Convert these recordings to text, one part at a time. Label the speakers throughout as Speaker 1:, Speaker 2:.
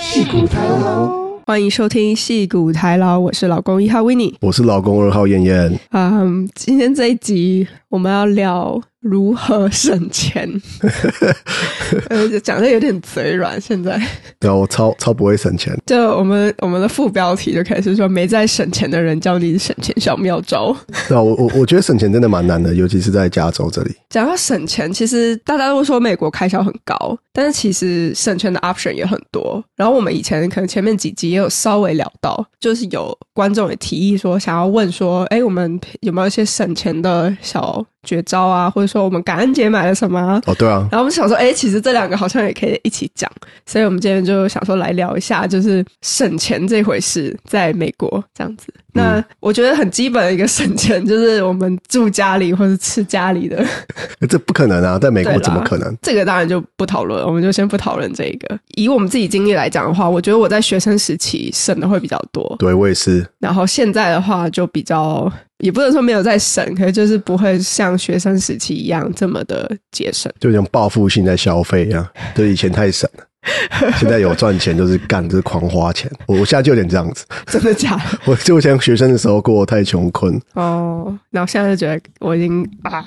Speaker 1: 戏骨台郎，
Speaker 2: 欢迎收听戏骨台劳，我是老公一号 w i n n i
Speaker 1: 我是老公二号燕燕。
Speaker 2: 啊、嗯今天这一集我们要聊如何省钱，呃，讲的有点嘴软。现在
Speaker 1: 然啊后我超超不会省钱，
Speaker 2: 就我们我们的副标题就开始说，没在省钱的人教你省钱小妙招。
Speaker 1: 那啊我我我觉得省钱真的蛮难的，尤其是在加州这里。
Speaker 2: 讲到省钱，其实大家都说美国开销很高，但是其实省钱的 option 也很多。然后我们以前可能前面几集也有稍微聊到，就是有观众也提议说，想要问说，哎，我们有没有一些省钱的小绝招啊？或者说我们感恩节买了什么、啊？
Speaker 1: 哦，对啊，
Speaker 2: 然后我们想说，哎，其实这两个好像也可以一起讲，所以我们今天就想说来聊一下，就是省钱这回事，在美国这样子。那我觉得很基本的一个省钱，就是我们住家里或者吃家里的，
Speaker 1: 这不可能啊，在美国
Speaker 2: 对啦
Speaker 1: 怎么可能？
Speaker 2: 这个当然就不讨论，我们就先不讨论这一个。以我们自己经历来讲的话，我觉得我在学生时期省的会比较多，
Speaker 1: 对我也是，
Speaker 2: 然后现在的话就比较，也不能说没有在省，可是就是不会像学生时期一样这么的节 省。
Speaker 1: 就像报复性在消费一样，就以前太省了。现在有赚钱就是干，就是狂花钱。我我现在就有点这样子，
Speaker 2: 真的假的？
Speaker 1: 我就像学生的时候过得太穷困，
Speaker 2: 哦，然后现在就觉得我已经啊，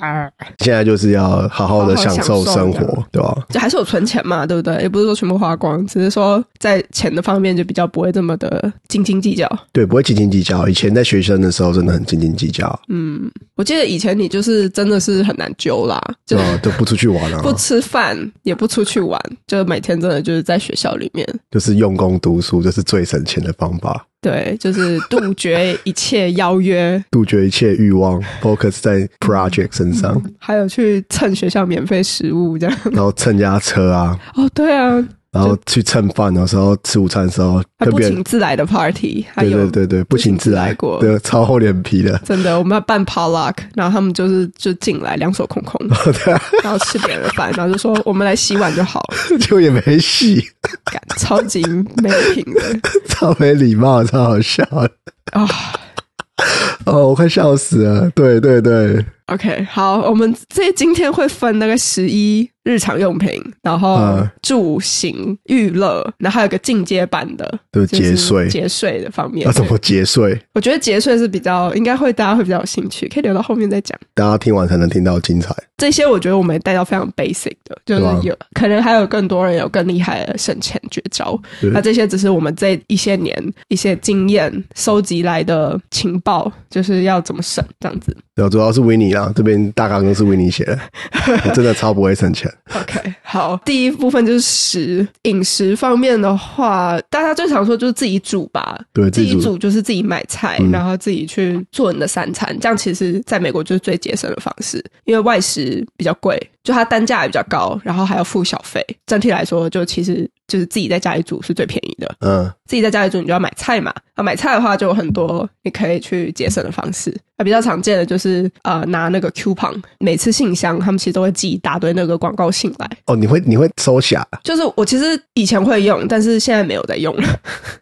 Speaker 1: 现在就是要好好的享受生
Speaker 2: 好好享
Speaker 1: 活，对吧？
Speaker 2: 就还是有存钱嘛，对不对？也不是说全部花光，只是说在钱的方面就比较不会这么的斤斤计较。
Speaker 1: 对，不会斤斤计较。以前在学生的时候真的很斤斤计较，
Speaker 2: 嗯，我记得以前你就是真的是很难揪啦，就
Speaker 1: 对吧？都不出去玩啊，
Speaker 2: 不吃饭也不出去玩，就每天真的就是在学校里面，
Speaker 1: 就是用功读书，这是最省钱的方法。
Speaker 2: 对，就是杜绝一切邀约，
Speaker 1: 杜绝一切欲望，focus 在 project 身上，
Speaker 2: 还有去蹭学校免费食物这样。
Speaker 1: 然后蹭人家车啊，
Speaker 2: 哦，对啊，
Speaker 1: 然后去蹭饭的时候吃午餐的时候
Speaker 2: 还
Speaker 1: 跟
Speaker 2: 不
Speaker 1: 别人
Speaker 2: 请，自来的 party，还
Speaker 1: 对
Speaker 2: 有
Speaker 1: 对对对，不请自来
Speaker 2: 不请自来过
Speaker 1: 对，超厚脸皮 的，
Speaker 2: 真的，我们要办 potluck，然后他们就是就进来两手 空空，
Speaker 1: 啊
Speaker 2: 然后吃别人的饭，然后就说我们来洗碗就好，
Speaker 1: 就也没戏，
Speaker 2: 感超级没有品 的
Speaker 1: 超没礼貌，超好笑的
Speaker 2: 啊。
Speaker 1: 哦，我快笑死了，对对 对，
Speaker 2: OK，好，我们这今天会分大概十一日常用品，然后
Speaker 1: 嗯
Speaker 2: 住行娱乐，然后还有一个进阶版的，
Speaker 1: 就是
Speaker 2: 就是
Speaker 1: 节税
Speaker 2: 节税的方面
Speaker 1: 要。怎么节税？
Speaker 2: 我觉得节税是比较应该会大家会比较有兴趣，可以留到后面再讲。
Speaker 1: 大家听完才能听到精彩。
Speaker 2: 这些我觉得我们也带到非常 basic 的，就是
Speaker 1: 对啊
Speaker 2: 有可能还有更多人有更厉害的省钱绝招。
Speaker 1: 对
Speaker 2: 那这些只是我们这一些年一些经验收集来的情报，就是要怎么省这样子。
Speaker 1: 然后啊主要是维尼啦，这边大纲都是维尼 写的，我真的超不会省钱。
Speaker 2: OK，好，第一部分就是食饮食方面的话，大家最常说就是自己煮吧，
Speaker 1: 对自
Speaker 2: 自
Speaker 1: 己
Speaker 2: 己
Speaker 1: 煮
Speaker 2: 煮就是自己买菜，
Speaker 1: 嗯
Speaker 2: 然后自己去做你的三餐，这样其实在美国就是最节省的方式，因为外食比较贵，就它单价也比较高，然后还要付小费，整体来说就其实就是自己在家里煮是最便宜的。
Speaker 1: 嗯，
Speaker 2: 自己在家里煮，你就要买菜嘛。啊，买菜的话就有很多你可以去节省的方式。
Speaker 1: 嗯
Speaker 2: 那比较常见的就是呃拿那个 coupon，每次信箱他们其实都会寄一大堆那个广告信来。
Speaker 1: 哦，你会你会收下，
Speaker 2: 就是我其实以前会用，但是现在没有在用了，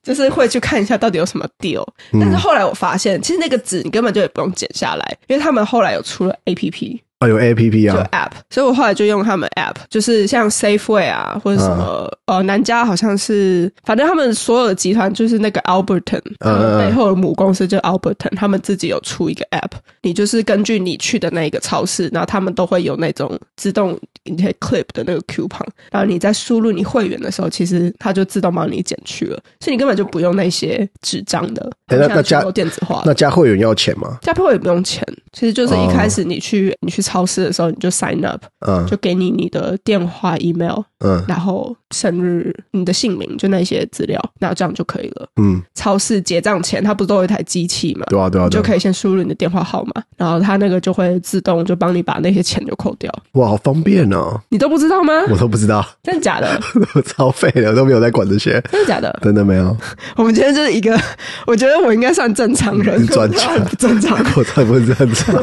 Speaker 2: 就是会去看一下到底有什么 deal。但是后来我发现，其实那个纸你根本就也不用剪下来，因为他们后来有出了 A P P，
Speaker 1: 哦，有 A P P
Speaker 2: 就
Speaker 1: 啊，
Speaker 2: App，所以我后来就用他们 App，就是像 Safeway 啊，或者什么、呃南家好像是，反正他们所有的集团就是那个 Alberton，他
Speaker 1: 嗯
Speaker 2: 们
Speaker 1: 嗯
Speaker 2: 背后的母公司就 Alberton，他们自己有出一个 App，你就是根据你去的那一个超市，然后他们都会有那种自动你可以 clip 的那个 coupon，然后你在输入你会员的时候，其实它就自动帮你减去了，所以你根本就不用那些纸张的，
Speaker 1: 哎那
Speaker 2: 它
Speaker 1: 那
Speaker 2: 们现在
Speaker 1: 加
Speaker 2: 全部都电子化了
Speaker 1: 那加会员要钱吗？
Speaker 2: 加票也不用钱，其实就是一
Speaker 1: 哦
Speaker 2: 开始你去、你去超市的时候，你就 sign up，
Speaker 1: 嗯
Speaker 2: 就给你你的电话、email，
Speaker 1: 嗯
Speaker 2: 然后生日、你的姓名，就那些资料，那这样就可以了。
Speaker 1: 嗯，
Speaker 2: 超市结账前，它不是都有一台机器嘛？
Speaker 1: 对啊对啊
Speaker 2: 你
Speaker 1: 对
Speaker 2: 就
Speaker 1: 啊，
Speaker 2: 可以先输入你的电话号码，然后它那个就会自动就帮你把那些钱就扣掉。
Speaker 1: 哇，好方便哦，
Speaker 2: 你都不知道吗？
Speaker 1: 我都不知道，
Speaker 2: 真的假 的？
Speaker 1: 我超废的，我都没有在管这些，
Speaker 2: 真的假的？
Speaker 1: 真的没有，
Speaker 2: 我们今天就是一个， 我觉 得我应该算正常人，
Speaker 1: 你是专家
Speaker 2: 不正常。
Speaker 1: 我才不是这样子。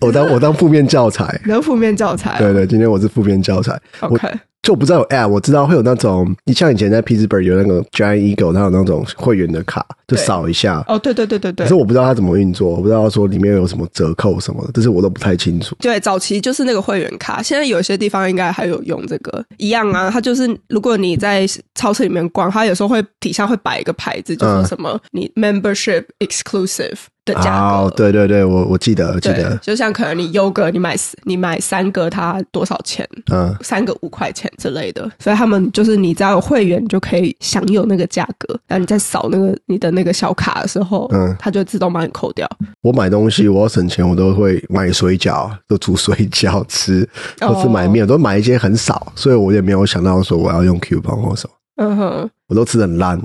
Speaker 1: 我当我我当负面教材。
Speaker 2: 你的负面教材、
Speaker 1: 对对，今天我是负面教材，我
Speaker 2: OK，
Speaker 1: 就我不知道有 App，我知道会有那种，你像以前在 Pittsburgh 有那个 Giant Eagle，它有那种会员的卡，就
Speaker 2: 对
Speaker 1: 扫一下。
Speaker 2: 哦，对对对对对
Speaker 1: 可是，我不知道它怎么运作，我不知道说里面有什么折扣什么的，这是我都不太清楚。
Speaker 2: 对，早期就是那个会员卡，现在有些地方应该还有用这个一样啊。它就是如果你在超市里面逛，它有时候会底下会摆一个牌子，就说
Speaker 1: 嗯
Speaker 2: 什么你 membership exclusive 的价格。
Speaker 1: 哦，对对对，我我记得记
Speaker 2: 对
Speaker 1: 得，，
Speaker 2: 就像可能你优格，你买你买三个，它多少钱？
Speaker 1: 嗯，
Speaker 2: 三个五块钱之类的，所以他们就是你只要有会员，你就可以享有那个价格。然后你在扫那个你的那个小卡的时候，
Speaker 1: 嗯
Speaker 2: 它就自动帮你扣掉。
Speaker 1: 我买东西我要省钱，我都会买水饺，就煮水饺吃，
Speaker 2: 哦
Speaker 1: 或是买面，我都买一些很少，所以我也没有想到说我要用 coupon 或什么，
Speaker 2: 嗯哼，
Speaker 1: 我都吃得很 烂，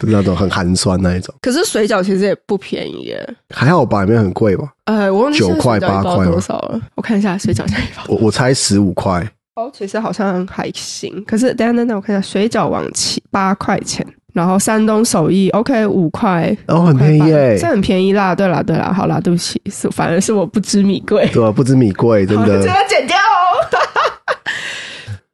Speaker 1: 就是那种很寒酸那一种，
Speaker 2: 可是水饺其实也不便宜耶。
Speaker 1: 还好吧，也没有很贵吧，
Speaker 2: 呃，我忘记
Speaker 1: 九
Speaker 2: 现在水
Speaker 1: 块
Speaker 2: 饺
Speaker 1: 八
Speaker 2: 一包
Speaker 1: 块吗
Speaker 2: 多少了，我看一下水饺现在一包。
Speaker 1: 我我猜十五块，
Speaker 2: 哦，其实好像还行。可是等一下等等，我看一下水饺网七八块钱，然后山东手艺 OK 五块。
Speaker 1: 哦，很便宜
Speaker 2: 快
Speaker 1: 耶、
Speaker 2: 八这很便宜啦，对啦，对啦，好啦，对不起，是反而是我不知米贵，
Speaker 1: 对吧、啊不止米贵，真
Speaker 2: 好
Speaker 1: 的
Speaker 2: 这个。要剪掉哦。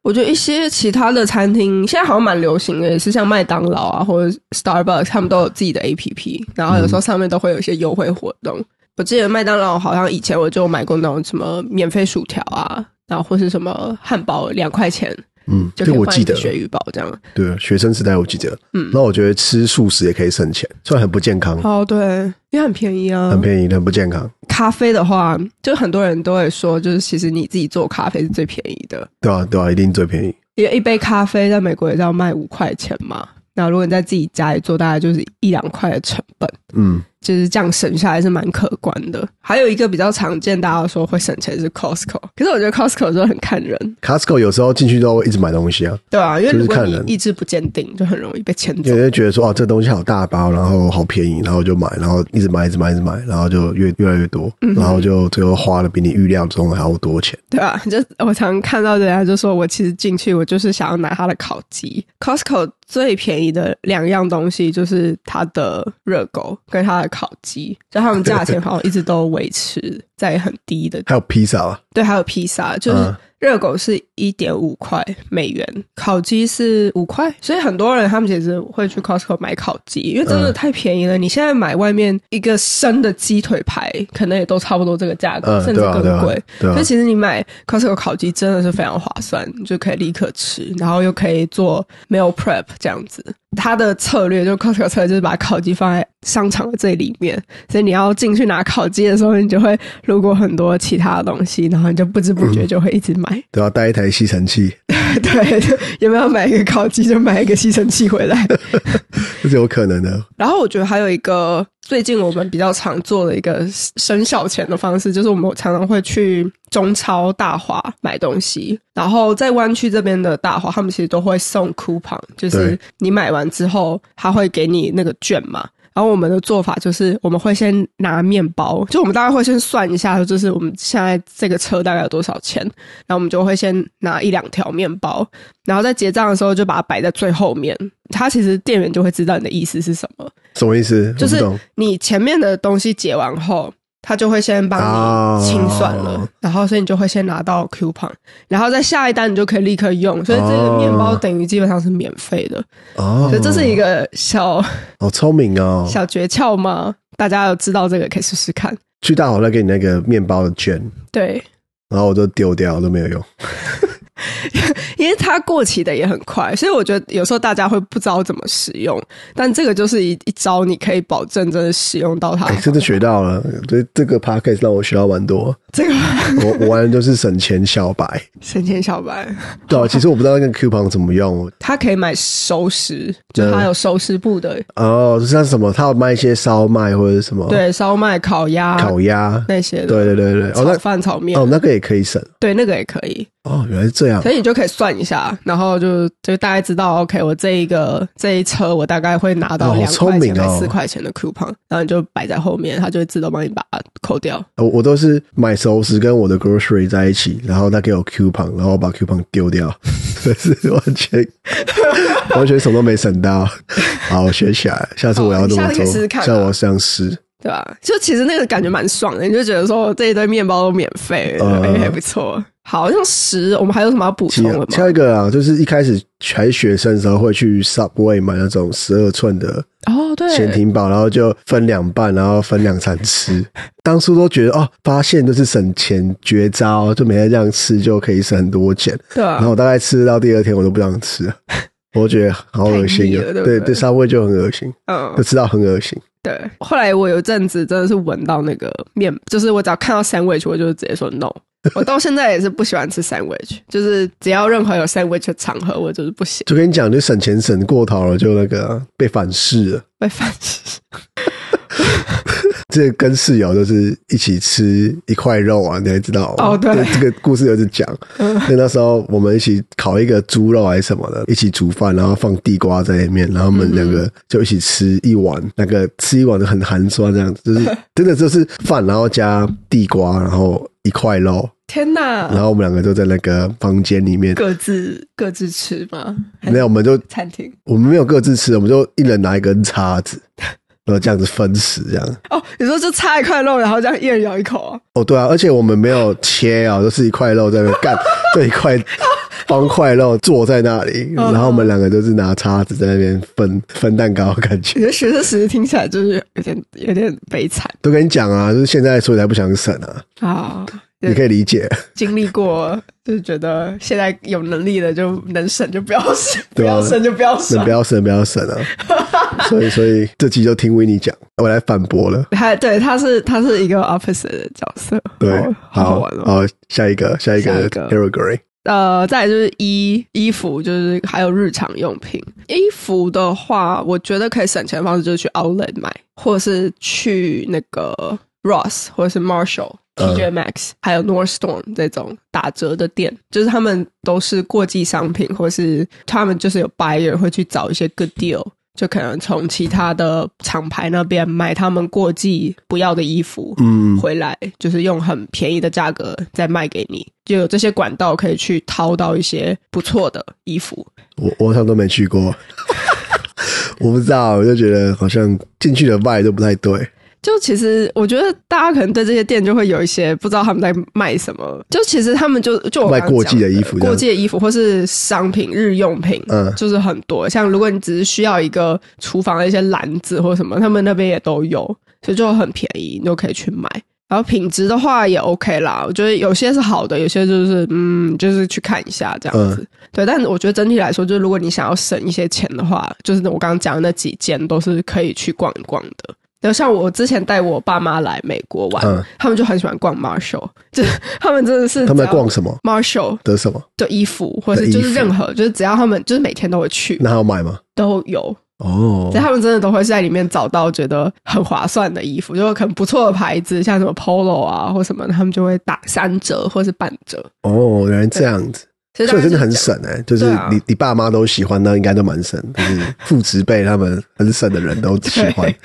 Speaker 2: 我觉得一些其他的餐厅现在好像蛮流行的，也是像麦当劳啊或者 Starbucks，他们都有自己的 APP，然后有时候上面都会有一些优惠活动。我记得麦当劳好像以前我就有买过那种什么免费薯条啊，然后或是什么汉堡两块钱
Speaker 1: 嗯，
Speaker 2: 就
Speaker 1: 这
Speaker 2: 可
Speaker 1: 个
Speaker 2: 以
Speaker 1: 我
Speaker 2: 换
Speaker 1: 记
Speaker 2: 一个
Speaker 1: 得，
Speaker 2: 鳕鱼堡这样。
Speaker 1: 对，啊学生时代我记得。
Speaker 2: 嗯
Speaker 1: 那我觉得吃素食也可以省钱，虽然很不健康，
Speaker 2: 哦，对，因为很便宜啊，
Speaker 1: 很便宜，但很不健康，
Speaker 2: 咖啡的话，就很多人都会说，就是其实你自己做咖啡是最便宜的，
Speaker 1: 对吧、对吧、啊一定最便宜。
Speaker 2: 因为一杯咖啡在美国也是要卖五块钱嘛。那如果你在自己家里做，大概就是一两块的成本，
Speaker 1: 嗯，
Speaker 2: 就是这样省下来是蛮可观的。还有一个比较常见，大家说会省钱是 Costco，可是我觉得 Costco 真的很看人，
Speaker 1: Costco 有时候进去都会一直买东西啊，
Speaker 2: 对啊，因为
Speaker 1: 就是
Speaker 2: 如果
Speaker 1: 看
Speaker 2: 你
Speaker 1: 人
Speaker 2: 意志不坚定，就很容易被牵走
Speaker 1: 有。人觉得说哦，这东西好大包，然后好便宜，然后就买，然后一直买，一直买，一直买，然后就越越来越多，
Speaker 2: 嗯
Speaker 1: 然后就最后花了比你预料中还要多钱。
Speaker 2: 对啊，就我常看到人家就说，我其实进去我就是想要拿它的烤鸡。Costco 最便宜的两样东西就是它的热狗跟它的烤鸡，就它们价钱好像一直都维持在很低的。
Speaker 1: 还有披萨啊，
Speaker 2: 对，还有披萨，就是
Speaker 1: 嗯
Speaker 2: 热狗是一点五块美元，烤鸡是五块，所以很多人他们其实会去 Costco 买烤鸡，因为真的
Speaker 1: 嗯
Speaker 2: 太便宜了。你现在买外面一个生的鸡腿排，可能也都差不多这个价格，
Speaker 1: 嗯，
Speaker 2: 甚至
Speaker 1: 对啊，
Speaker 2: 更
Speaker 1: 对啊
Speaker 2: 贵。，
Speaker 1: 对啊
Speaker 2: 所以，其实你买 Costco 烤鸡真的是非常划算，你就可以立刻吃，然后又可以做 meal prep 这样子。它的策略就 Costco 策略就是把烤鸡放在商场的最里面，所以你要进去拿烤鸡的时候，你就会路过很多其他的东西，然后你就不知不
Speaker 1: 嗯
Speaker 2: 觉就会一直买。
Speaker 1: 都要带一台吸尘器，
Speaker 2: 对， 就有没有买一个烤鸡就买一个吸尘器回来？
Speaker 1: 这是有可能的。
Speaker 2: 然后我觉得还有一个最近我们比较常做的一个省小钱的方式，就是我们常常会去中超、大华买东西。然后在湾区这边的大华，他们其实都会送 coupon，就是
Speaker 1: 对
Speaker 2: 你买完之后，他会给你那个券嘛。然后我们的做法就是，我们会先拿面包，就我们大概会先算一下，就是我们现在这个车大概有多少钱，然后我们就会先拿一两条面包，然后在结账的时候就把它摆在最后面。他其实店员就会知道你的意思是什么，
Speaker 1: 什么意思？
Speaker 2: 就
Speaker 1: 我
Speaker 2: 是
Speaker 1: 不懂
Speaker 2: 你前面的东西结完后，他就会先帮
Speaker 1: 哦
Speaker 2: 你清算了，然后所以你就会先拿到 coupon，然后在下一单你就可以立刻用，所以这个面包
Speaker 1: 哦
Speaker 2: 等于基本上是免费的，
Speaker 1: 哦
Speaker 2: 所以，这是一个小
Speaker 1: 好聪明哦。
Speaker 2: 小诀窍吗？大家有知道这个可以试试看。
Speaker 1: 去大好乐给你那个面包的券，
Speaker 2: 对，
Speaker 1: 然后我都丢掉，都没有用。
Speaker 2: 因为它过期的也很快，所以我觉得有时候大家会不知道怎么使用，但这个就是一一招，你可以保证真的使用到它。
Speaker 1: 哎、真的学到了，所以这个 podcast 让我学到蛮多。
Speaker 2: 这个
Speaker 1: 我我玩的就是省钱小白。
Speaker 2: 省钱小白，
Speaker 1: 对啊，其实我不知道那个 coupon 怎么用
Speaker 2: 它可以买熟食，就它有熟食部的
Speaker 1: 哦，就像什么，他有卖一些烧麦或者什么
Speaker 2: 对，烧麦、烤鸭、
Speaker 1: 哦烤鸭，
Speaker 2: 那些的，
Speaker 1: 对对对对，
Speaker 2: 炒
Speaker 1: 哦
Speaker 2: 饭、炒
Speaker 1: 那
Speaker 2: 面，
Speaker 1: 哦那个也可以省
Speaker 2: 对，那个也可以。
Speaker 1: 哦，原来是这样
Speaker 2: 所以你就可以算一下，然后就就大概知道，OK，我这一个这一车我大概会拿到
Speaker 1: 哦好
Speaker 2: 两块
Speaker 1: 聪
Speaker 2: 钱、
Speaker 1: 明
Speaker 2: 还
Speaker 1: 哦
Speaker 2: 四块钱的 coupon，然后你就摆在后面，它就会自动帮你把它扣掉。
Speaker 1: 哦我我都是买熟食跟我的 grocery 在一起，然后他给我 coupon，然后我把 coupon 丢掉， 所以是完 全完全什么都没省到。好，我学起来，下次我要这么
Speaker 2: 好你下次可以
Speaker 1: 做，
Speaker 2: 试试看啊
Speaker 1: 下次我要这样试。
Speaker 2: 对吧？就其实那个感觉蛮爽的，你就觉得说这一堆面包都免费，
Speaker 1: 呃
Speaker 2: 哎、还不错。好像十，我们还有什么要补充的吗？
Speaker 1: 下一个啊，就是一开始还学生的时候会去 Subway 买那种十二寸的
Speaker 2: 哦，对，
Speaker 1: 潜艇堡，然后就分两半，然后分两餐吃。 当初都觉得哦，发现就是省钱绝招，就每天这样吃就可以省很多钱。
Speaker 2: 对啊
Speaker 1: 然后我大概吃到第二天，我都不想吃 了，我觉得好恶
Speaker 2: 太
Speaker 1: 心
Speaker 2: 腻
Speaker 1: 啊
Speaker 2: 了！对不
Speaker 1: 对
Speaker 2: 对
Speaker 1: 对，沙味就很恶心，
Speaker 2: 嗯
Speaker 1: 就，吃到很恶心。
Speaker 2: 对。后来我有阵子真的是闻到那个面，就是我只要看到 sandwich，我就直接说 no。我 到现在也是不喜欢吃 sandwich，就是只要任何有 sandwich 的场合，我就是不行，
Speaker 1: 就跟你讲，就省钱省过头了，就那个啊被反噬了。
Speaker 2: 会反噬。
Speaker 1: 这跟室友就是一起吃一块肉啊，你还知道
Speaker 2: 哦对
Speaker 1: 这个故事有在讲，
Speaker 2: 嗯
Speaker 1: 就那时候我们一起烤一个猪肉还是什么的，一起煮饭，然后放地瓜在里面，然后我们两
Speaker 2: 嗯
Speaker 1: 个就一起吃一碗，那个吃一碗就很寒酸，这样子，就是真的就是饭，然后加地瓜，然后一块肉，
Speaker 2: 天哪！
Speaker 1: 然后我们两个就在那个房间里面，
Speaker 2: 各自各自吃吗？还
Speaker 1: 没
Speaker 2: 是
Speaker 1: 有，我们就
Speaker 2: 餐厅
Speaker 1: 我们没有各自吃，我们就一人拿一根叉子，然后这样子分食这样。
Speaker 2: 哦，你说就插一块肉，然后这样一人咬一口啊？
Speaker 1: 哦，对啊，而且我们没有切啊，就是一块肉在那边干， 这一块方块肉坐在那里，
Speaker 2: 嗯
Speaker 1: 然后我们两个就是拿叉子在那边分分蛋糕，感觉
Speaker 2: 你的学生时期听起来就是有点有点悲惨
Speaker 1: 都跟你讲啊，就是现在所以才不想省啊，
Speaker 2: 啊！对
Speaker 1: 你可以理解，
Speaker 2: 经历过，就是觉得现在有能力的就能省就不要省，不
Speaker 1: 对啊
Speaker 2: 要省就不要
Speaker 1: 那
Speaker 2: 省
Speaker 1: 不。要省，不要省 啊。所以，所以这期就听维尼讲，我来反驳了。
Speaker 2: 他对他是他是一个 opposite 的角色，
Speaker 1: 对
Speaker 2: 好，好好
Speaker 1: 好
Speaker 2: 玩，哦。
Speaker 1: 好，下一个，下一
Speaker 2: 下一
Speaker 1: 个
Speaker 2: 个
Speaker 1: category，
Speaker 2: 呃，再来就是衣衣服，就是还有日常用品。衣服的话，我觉得可以省钱的方式就是去 Outlet 买，或者是去那个 Ross 或者是 Marshall、
Speaker 1: 嗯
Speaker 2: TJ Maxx，、还有 Nordstrom 这种打折的店，就是他们都是过季商品，或是他们就是有 buyer 会去找一些 good deal。就可能从其他的厂牌那边买他们过季不要的衣服，
Speaker 1: 嗯，
Speaker 2: 回来，就是用很便宜的价格再卖给你，就有这些管道可以去掏到一些不错的衣服。
Speaker 1: 我我好像都没去过， 我不知道，我就觉得好像进去的 vibe 都不太对。
Speaker 2: 就其实我觉得大家可能对这些店就会有一些不知道他们在卖什么。就其实他们就就我刚刚
Speaker 1: 卖过季的
Speaker 2: 讲
Speaker 1: 衣服这样
Speaker 2: 过季的衣服或是商品、日用品，
Speaker 1: 嗯
Speaker 2: 就是很多。像如果你只是需要一个厨房的一些篮子或什么，他们那边也都有，所以就很便宜，你就可以去买。然后品质的话也 OK 啦，我觉得有些是好的，有些就是嗯，就是去看一下这样子。
Speaker 1: 嗯
Speaker 2: 对，但我觉得整体来说，就是如果你想要省一些钱的话，就是我刚刚讲的那几间都是可以去逛一逛的。然后像我之前带我爸妈来美国玩，
Speaker 1: 嗯
Speaker 2: 他们就很喜欢逛 Marshall，就是他们真的是
Speaker 1: 他们
Speaker 2: 只
Speaker 1: 在
Speaker 2: 要
Speaker 1: 逛什么？
Speaker 2: Marshall
Speaker 1: 得什么？
Speaker 2: 的衣服，或者
Speaker 1: 的
Speaker 2: 是
Speaker 1: 衣
Speaker 2: 就
Speaker 1: 服
Speaker 2: 是任何，就是只要他们就是每天都会去，
Speaker 1: 那还要买吗？
Speaker 2: 都有，
Speaker 1: 哦
Speaker 2: 所以他们真的都会在里面找到觉得很划算的衣服，就可能不错的牌子，像什么 Polo 啊或什么的，他们就会打三折或是半折，
Speaker 1: 哦，原来这样子，
Speaker 2: 所以大
Speaker 1: 所以
Speaker 2: 概
Speaker 1: 真的很
Speaker 2: 就是这样
Speaker 1: 省哎、就是
Speaker 2: 对
Speaker 1: 你、
Speaker 2: 啊
Speaker 1: 你爸妈都喜欢，那应该都蛮省，就是父执辈他们很省的人都喜 欢
Speaker 2: 对。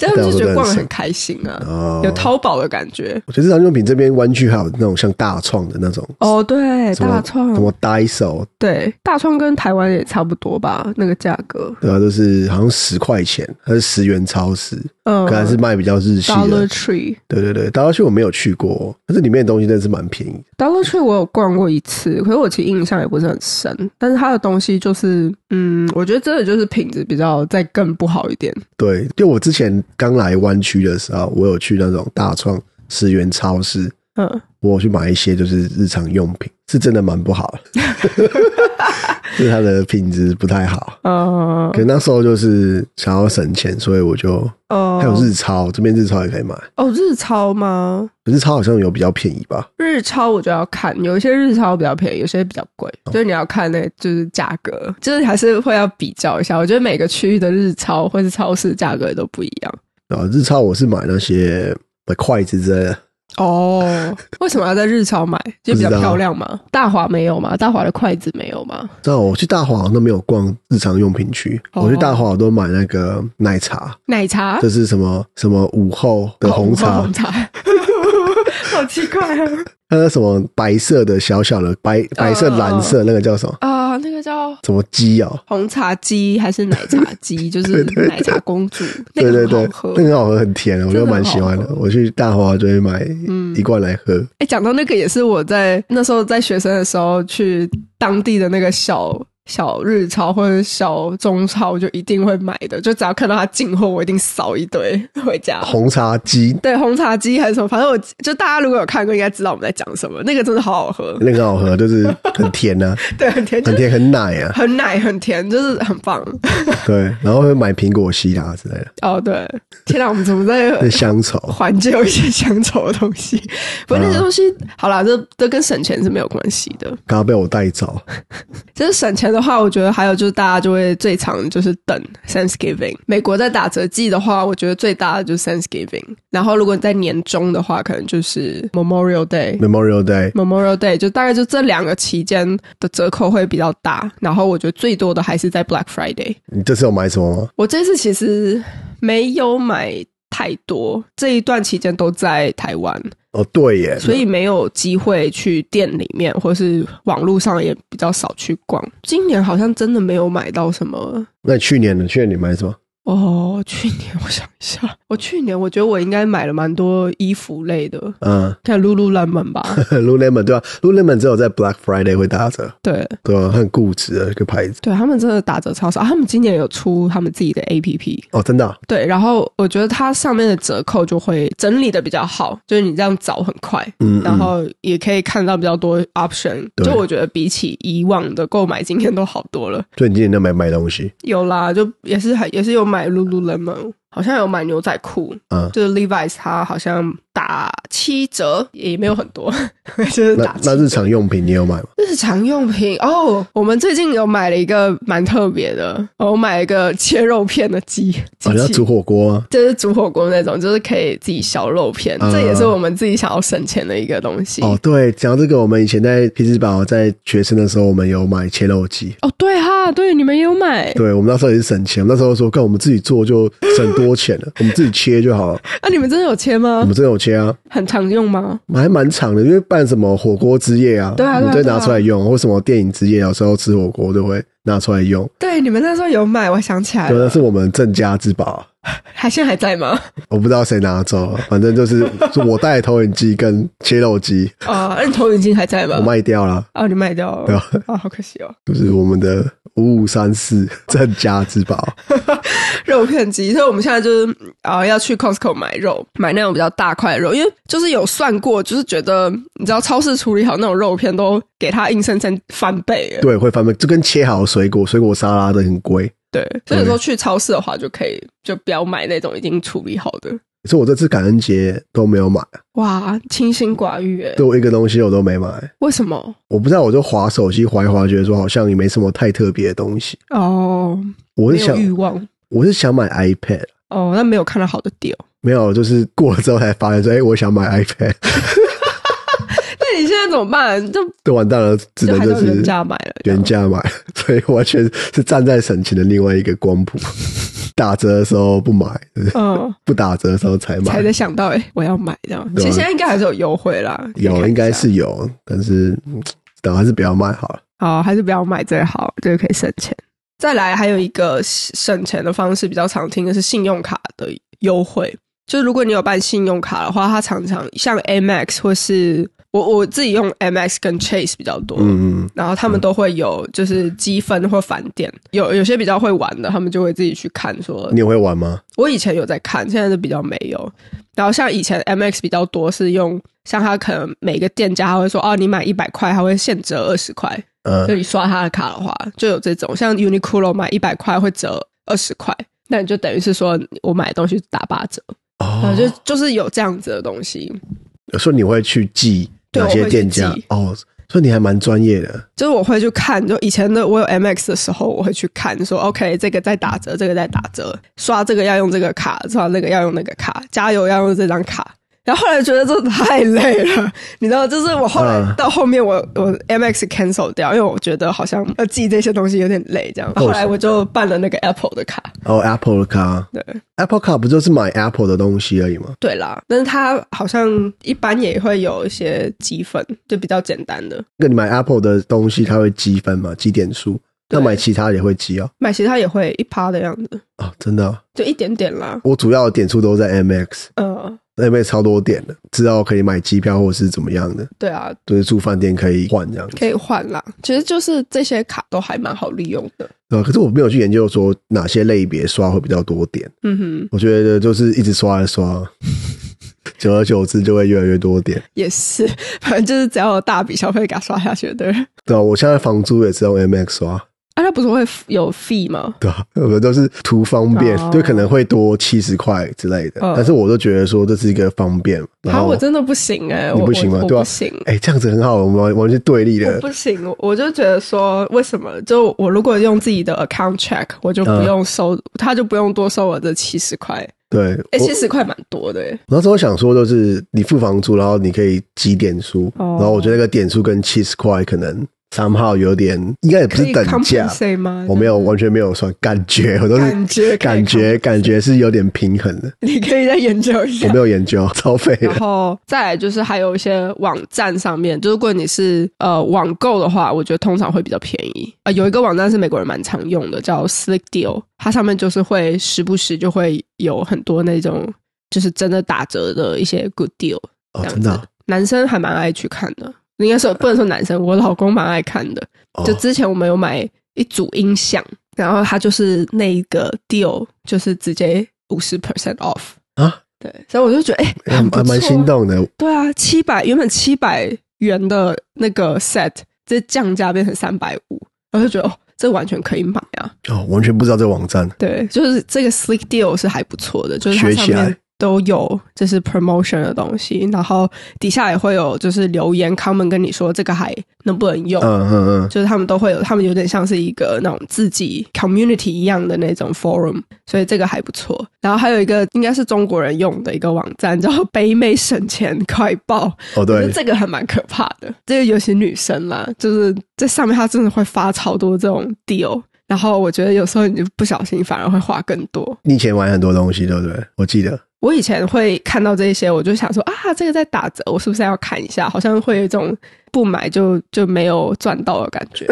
Speaker 2: 这样就觉得
Speaker 1: 但我说真的
Speaker 2: 逛得
Speaker 1: 很
Speaker 2: 很
Speaker 1: 省
Speaker 2: 开心啊，
Speaker 1: 哦，
Speaker 2: 有淘宝的感觉。
Speaker 1: 我觉得日常用品这边湾区还有那种像大创的那种
Speaker 2: 哦，对，
Speaker 1: 什么
Speaker 2: 大创
Speaker 1: 什，么 Daiso，
Speaker 2: 对，大创跟台湾也差不多吧，那个价格，
Speaker 1: 对啊，就是好像十块钱，它是十元超市，
Speaker 2: 嗯
Speaker 1: 可能是卖比较日系
Speaker 2: ，Dollar
Speaker 1: 的。
Speaker 2: Tree。
Speaker 1: 对对对，大家去我没有去过，但是里面的东西真的是蛮便宜的。
Speaker 2: Dollar Tree 我有逛过一次，可是我其实印象也不是很深。但是它的东西就是，嗯，我觉得真的就是品质比较再更不好一点。
Speaker 1: 对，就我之前刚来湾区的时候，我有去那种大创十元超市，
Speaker 2: 嗯，
Speaker 1: 我有去买一些就是日常用品，是真的蛮不好的， 就是它的品质不太好。
Speaker 2: 呃
Speaker 1: 可，能那时候就是想要省钱，所以我就
Speaker 2: 呃
Speaker 1: 还有日超，这边日超也可以买，
Speaker 2: 哦，日超吗？
Speaker 1: 可日超好像有比较便宜吧？
Speaker 2: 日超我就要看，有一些日超比较便宜，有些比较贵，
Speaker 1: 哦
Speaker 2: 就是你要看那就是价格，就是还是会要比较一下。我觉得每个区域的日超或是超市价格也都不一样。
Speaker 1: 然后日超我是买那些买筷子之类的，
Speaker 2: 哦， 为什么要在日超买？就比较
Speaker 1: 不知道
Speaker 2: 漂亮嘛。大华没有嘛？大华的筷子没有嘛？
Speaker 1: 但我去大华好像都没有逛日常用品区，
Speaker 2: 哦
Speaker 1: 我去大华我都买那个奶茶，
Speaker 2: 奶茶
Speaker 1: 这是什么什么午后的红茶
Speaker 2: 红，茶， 好奇怪啊！
Speaker 1: 那个什么白色的小小的白白色蓝色那个叫什么？
Speaker 2: 啊、啊，那个叫
Speaker 1: 什么鸡啊？
Speaker 2: 红茶鸡还是奶茶 鸡，就是
Speaker 1: 对对
Speaker 2: 奶茶公主，那
Speaker 1: 对
Speaker 2: 个
Speaker 1: 对
Speaker 2: 很
Speaker 1: 对
Speaker 2: 好，喝
Speaker 1: 那。很好喝，很甜，我
Speaker 2: 真
Speaker 1: 就
Speaker 2: 的
Speaker 1: 蛮喜欢
Speaker 2: 很
Speaker 1: 的
Speaker 2: 好。
Speaker 1: 我去大华就会买一罐来喝。
Speaker 2: 哎，讲到那个也是我在那时候在学生的时候去当地的那个小小日超或者小中超，我就一定会买的，就只要看到它进货，我一定扫一堆回家。
Speaker 1: 红茶鸡
Speaker 2: 对，红茶鸡还是什么，反正我就大家如果有看过，应该知道我们在讲什么。那个真的好好喝，
Speaker 1: 那个很好喝， 就是很甜呐、啊，
Speaker 2: 对，很甜，就
Speaker 1: 很
Speaker 2: 是
Speaker 1: 甜很奶啊。
Speaker 2: 很奶，很甜，就是很棒。
Speaker 1: 对，然后会买苹果西达之类的，
Speaker 2: 哦，对，天哪，我们怎么在
Speaker 1: 那香草。
Speaker 2: 缓解有一些乡愁的东西。不过那些东西，好啦，这这跟省钱是没有关系的。
Speaker 1: 刚刚被我带走，
Speaker 2: 就是省钱的话，我觉得还有就是大家就会最常就是等 Thanksgiving。美国在打折季的话，我觉得最大的就是 Thanksgiving。然后如果你在年终的话，可能就是 Memorial Day。
Speaker 1: Memorial Day，
Speaker 2: Memorial Day 就大概就这两个期间的折扣会比较大，然后我觉得最多的还是在 Black Friday。
Speaker 1: 你这次有买什么吗？
Speaker 2: 我这次其实没有买太多，这一段期间都在台湾，
Speaker 1: 哦，对耶，
Speaker 2: 所以没有机会去店里面，或是网络上也比较少去逛。今年好像真的没有买到什么。
Speaker 1: 那你去年呢？去年你买什么？
Speaker 2: 哦，去年 我想一下，我去年我觉得我应该买了蛮多衣服类的，
Speaker 1: 嗯
Speaker 2: 看 Lululemon 吧，
Speaker 1: ，Lululemon 对吧、l u l u l e m o n 只有在 Black Friday 会打折，
Speaker 2: 对
Speaker 1: 对吧、很固执的一个牌子。
Speaker 2: 对，他们真的打折超少、啊，他们今年有出他们自己的 APP，
Speaker 1: 哦，真的啊、
Speaker 2: 对，然后我觉得它上面的折扣就会整理的比较好，就是你这样找很快，
Speaker 1: 嗯，
Speaker 2: 然
Speaker 1: 嗯
Speaker 2: 后也可以看到比较多 option，
Speaker 1: 对
Speaker 2: 就我觉得比起以往的购买经验都好多了。
Speaker 1: 所以你今年都没买东西，
Speaker 2: 有啦，就也是还也是有买 Lululemon，好像有买牛仔裤，
Speaker 1: 嗯
Speaker 2: 就是 Levi's 它好像打七折，也没有很多， 就是
Speaker 1: 那
Speaker 2: 打七
Speaker 1: 那日
Speaker 2: 折。
Speaker 1: 常用品你有买吗？哦
Speaker 2: 日常用品哦，我们最近有买了一个蛮特别的，我买了一个切肉片的机机
Speaker 1: 哦，你要
Speaker 2: 器。
Speaker 1: 煮火锅吗？
Speaker 2: 就是煮火锅那种，就是可以自己削肉片，
Speaker 1: 嗯
Speaker 2: 这也是我们自己想要省钱的一个东西。
Speaker 1: 哦，对，讲到这个，我们以前在匹兹堡在学生的时候，我们有买切肉机。
Speaker 2: 哦，对哈，对，你们也有买，
Speaker 1: 对，我们那时候也是省钱，我们那时候说，干我们自己做就省多钱了， 我们自己切就好了。
Speaker 2: 啊，你们真的有切
Speaker 1: 我
Speaker 2: 吗？
Speaker 1: 们真的有切啊，
Speaker 2: 很常用吗？
Speaker 1: 还蛮长的，因为办什么火锅之夜啊，
Speaker 2: 对啊
Speaker 1: 我们
Speaker 2: 对啊
Speaker 1: 就拿出来用，或什么电影之夜，有时候吃火锅都会拿出来用。
Speaker 2: 对，你们那时候有买，我想起来
Speaker 1: 对，那
Speaker 2: 了，
Speaker 1: 是我们镇家之宝，啊
Speaker 2: 还现在还 在吗？
Speaker 1: 我不知道谁拿走了，啊反正就是是我带投影机跟切肉机，
Speaker 2: 啊，那你投影镜还在吗
Speaker 1: 我？卖掉了，
Speaker 2: 啊，你卖掉了
Speaker 1: 对啊
Speaker 2: 啊，好可惜哦。
Speaker 1: 就是我们的五五三四镇家之宝。
Speaker 2: 肉片机，所以我们现在就是啊、呃要去 Costco 买肉，买那种比较大块的肉，因为就是有算过，就是觉得你知道超市处理好那种肉片都给它硬生生翻倍了。
Speaker 1: 对，会翻倍，就跟切好的水果，水果沙拉的很贵。
Speaker 2: 对，所以有时候去超市的话，就可以就不要买那种已经处理好的。
Speaker 1: 所以我这次感恩节都没有买，
Speaker 2: 哇，清心寡欲哎，
Speaker 1: 对我一个东西我都没买。
Speaker 2: 为什么？
Speaker 1: 我不知道，我就划手机划一划，觉得说好像也没什么太特别的东西。
Speaker 2: 哦，
Speaker 1: 我
Speaker 2: 没
Speaker 1: 是
Speaker 2: 有
Speaker 1: 想，
Speaker 2: 欲望
Speaker 1: 我是想买 iPad，
Speaker 2: 哦，那没有看到好的哦 deal。
Speaker 1: 没有，就是过了之后才发现说，哎、我想买 iPad，
Speaker 2: 那你现在怎么办？就
Speaker 1: 都完蛋了，只
Speaker 2: 就
Speaker 1: 能
Speaker 2: 还
Speaker 1: 就
Speaker 2: 到
Speaker 1: 是
Speaker 2: 原价买 了。
Speaker 1: 原价买，所以完全是站在省钱的另外一个光谱。 打折的时候不买， 就是
Speaker 2: 嗯，
Speaker 1: 不打折的时候才
Speaker 2: 才
Speaker 1: 买。
Speaker 2: 能想到哎、我要买这样。
Speaker 1: 对啊
Speaker 2: 其实现在应该还是有优惠啦，可以
Speaker 1: 有
Speaker 2: 看
Speaker 1: 应该
Speaker 2: 一下
Speaker 1: 是有，但是嗯等还是不要买好了。
Speaker 2: 好，还是不要买最好，这个可以省钱。再来，还有一个省钱的方式，比较常听的是信用卡的优惠。就是如果你有办信用卡的话，它常常像 Amex 或是我我自己用 Amex 跟 Chase 比较多，
Speaker 1: 嗯，嗯
Speaker 2: 然后他们都会有就是积分或返点，有有些比较会玩的，他们就会自己去看说
Speaker 1: 你，也会玩吗？
Speaker 2: 我以前有在看，现在就比较没有。然后像以前 MX 比较多是用，像他可能每个店家他会说，哦，你买一百块，他会现折二十块，
Speaker 1: 嗯
Speaker 2: 就，你刷他的卡的话，就有这种，像 Uniqlo 买一百块会折二十块，那你就等于是说我买的东西打八折，然后
Speaker 1: 哦，
Speaker 2: 呃就就是有这样子的东西，
Speaker 1: 所以你会去记
Speaker 2: 对
Speaker 1: 哪些
Speaker 2: 我会去
Speaker 1: 店家
Speaker 2: 记？
Speaker 1: 哦，所以你还蛮专业的。
Speaker 2: 就是我会去看，就以前的我有 MX 的时候，我会去看说 OK 这个在打折，这个在打折，刷这个要用这个卡，刷那个要用那个卡，加油要用这张卡。然后后来觉得这太累了，你知道，就是我后来
Speaker 1: 嗯
Speaker 2: 到后面我我 MX cancel 掉，因为我觉得好像要记这些东西有点累，这样。
Speaker 1: 哦
Speaker 2: 后来我就办了那个 Apple 的卡，
Speaker 1: 哦，Apple 的卡
Speaker 2: 对
Speaker 1: ，Apple 卡不就是买 Apple 的东西而已吗？
Speaker 2: 对啦，但是它好像一般也会有一些积分，就比较简单的。
Speaker 1: 那你买 Apple 的东西，它会积分嘛，积点数。那
Speaker 2: 对
Speaker 1: 买其他也会积哦。
Speaker 2: 买其他也会一趴的样子，
Speaker 1: 哦，真的哦、
Speaker 2: 就一点点啦。
Speaker 1: 我主要的点数都在 MX，MX
Speaker 2: 嗯，
Speaker 1: 超多点的，知道可以买机票或者是怎么样的，
Speaker 2: 对啊，
Speaker 1: 就是住饭店可以换这样子。
Speaker 2: 可以换啦。其实就是这些卡都还蛮好利用的。
Speaker 1: 对啊，可是我没有去研究说哪些类别刷会比较多点，
Speaker 2: 嗯哼，
Speaker 1: 我觉得就是一直刷一刷， 久而久之就会越来越多点。
Speaker 2: 也是， 反正就是只要有大笔消费给它刷下去的人。
Speaker 1: 对啊，我现在房租也是用 MX 刷，
Speaker 2: 啊，那不是会 f- 有 fee 吗？
Speaker 1: 对啊，我们都是图方便，
Speaker 2: 哦
Speaker 1: 就可能会多七十块之类的，
Speaker 2: 嗯
Speaker 1: 但是我都觉得说这是一个方便。然
Speaker 2: 啊，
Speaker 1: 后
Speaker 2: 我真的不行哎、
Speaker 1: 你
Speaker 2: 我
Speaker 1: 不行吗
Speaker 2: 我我
Speaker 1: 对啊
Speaker 2: 不行。
Speaker 1: 哎、这样子很好，我们完完全对立
Speaker 2: 我
Speaker 1: 的。
Speaker 2: 不行，我我就觉得说，为什么就我如果用自己的 account check，我就不
Speaker 1: 嗯
Speaker 2: 用收，他就不用多收我这七十块。
Speaker 1: 对，我
Speaker 2: 哎、七十块蛮多的、欸，
Speaker 1: 我那时候想说，就是你付房租，然后你可以积点数，
Speaker 2: 哦
Speaker 1: 然后我觉得那个点数跟七十块可能三号有点，应该也不
Speaker 2: 可
Speaker 1: 是
Speaker 2: 以
Speaker 1: 等价，
Speaker 2: compensate 吗？
Speaker 1: 我没有完全没有算感 觉，我都是
Speaker 2: 嗯感觉可以
Speaker 1: 感觉感觉是有点平衡 的，
Speaker 2: 你可以再研究一
Speaker 1: 我
Speaker 2: 下
Speaker 1: 没。有研究， 超费
Speaker 2: 然
Speaker 1: 的。
Speaker 2: 后再来就是还有一些网站上面，就是如果你是呃网购的话，我觉得通常会比较便宜啊、呃有一个网站是美国人蛮常用的，叫 Slick Deal，它上面就是会时不时就会有很多那种就是真的打折的一些 good deal，
Speaker 1: 哦，
Speaker 2: 这样
Speaker 1: 真的啊、
Speaker 2: 男生还蛮爱去看的。应该说不能说男生，我老公蛮爱看的。
Speaker 1: 哦，
Speaker 2: 就之前我们有买一组音响，然后它就是那一个 deal，就是直接五十 percent off
Speaker 1: 啊。
Speaker 2: 对，所以我就觉得哎、
Speaker 1: 还
Speaker 2: 很不
Speaker 1: 还蛮
Speaker 2: 错
Speaker 1: 心动的。
Speaker 2: 对啊，七百原本七百元的那个 set，这降价变成三百五，我就觉得哦，这完全可以买啊。
Speaker 1: 哦，完全不知道这网站，
Speaker 2: 对，就是这个 Slick Deal 是还不错的，就是它
Speaker 1: 学
Speaker 2: 上
Speaker 1: 起来
Speaker 2: 面都有就是 promotion 的东西，然后底下也会有就是留言 comment 跟你说这个还能不能用。
Speaker 1: 嗯嗯嗯，
Speaker 2: 就是他们都会有，他们有点像是一个那种自己 community 一样的那种 forum，所以这个还不错。然后还有一个应该是中国人用的一个网站，叫“北美省钱快报”，
Speaker 1: 哦
Speaker 2: 我觉
Speaker 1: 对
Speaker 2: 得，这个还蛮可怕的。这个尤其女生啦，就是在上面她真的会发超多这种 deal，然后我觉得有时候你就不小心反而会花更多。
Speaker 1: 你以前玩很多东西，对不对？我记得，
Speaker 2: 我以前会看到这些，我就想说啊，这个在打折，我是不是要看一下？好像会有一种不买就就没有赚到的感 觉，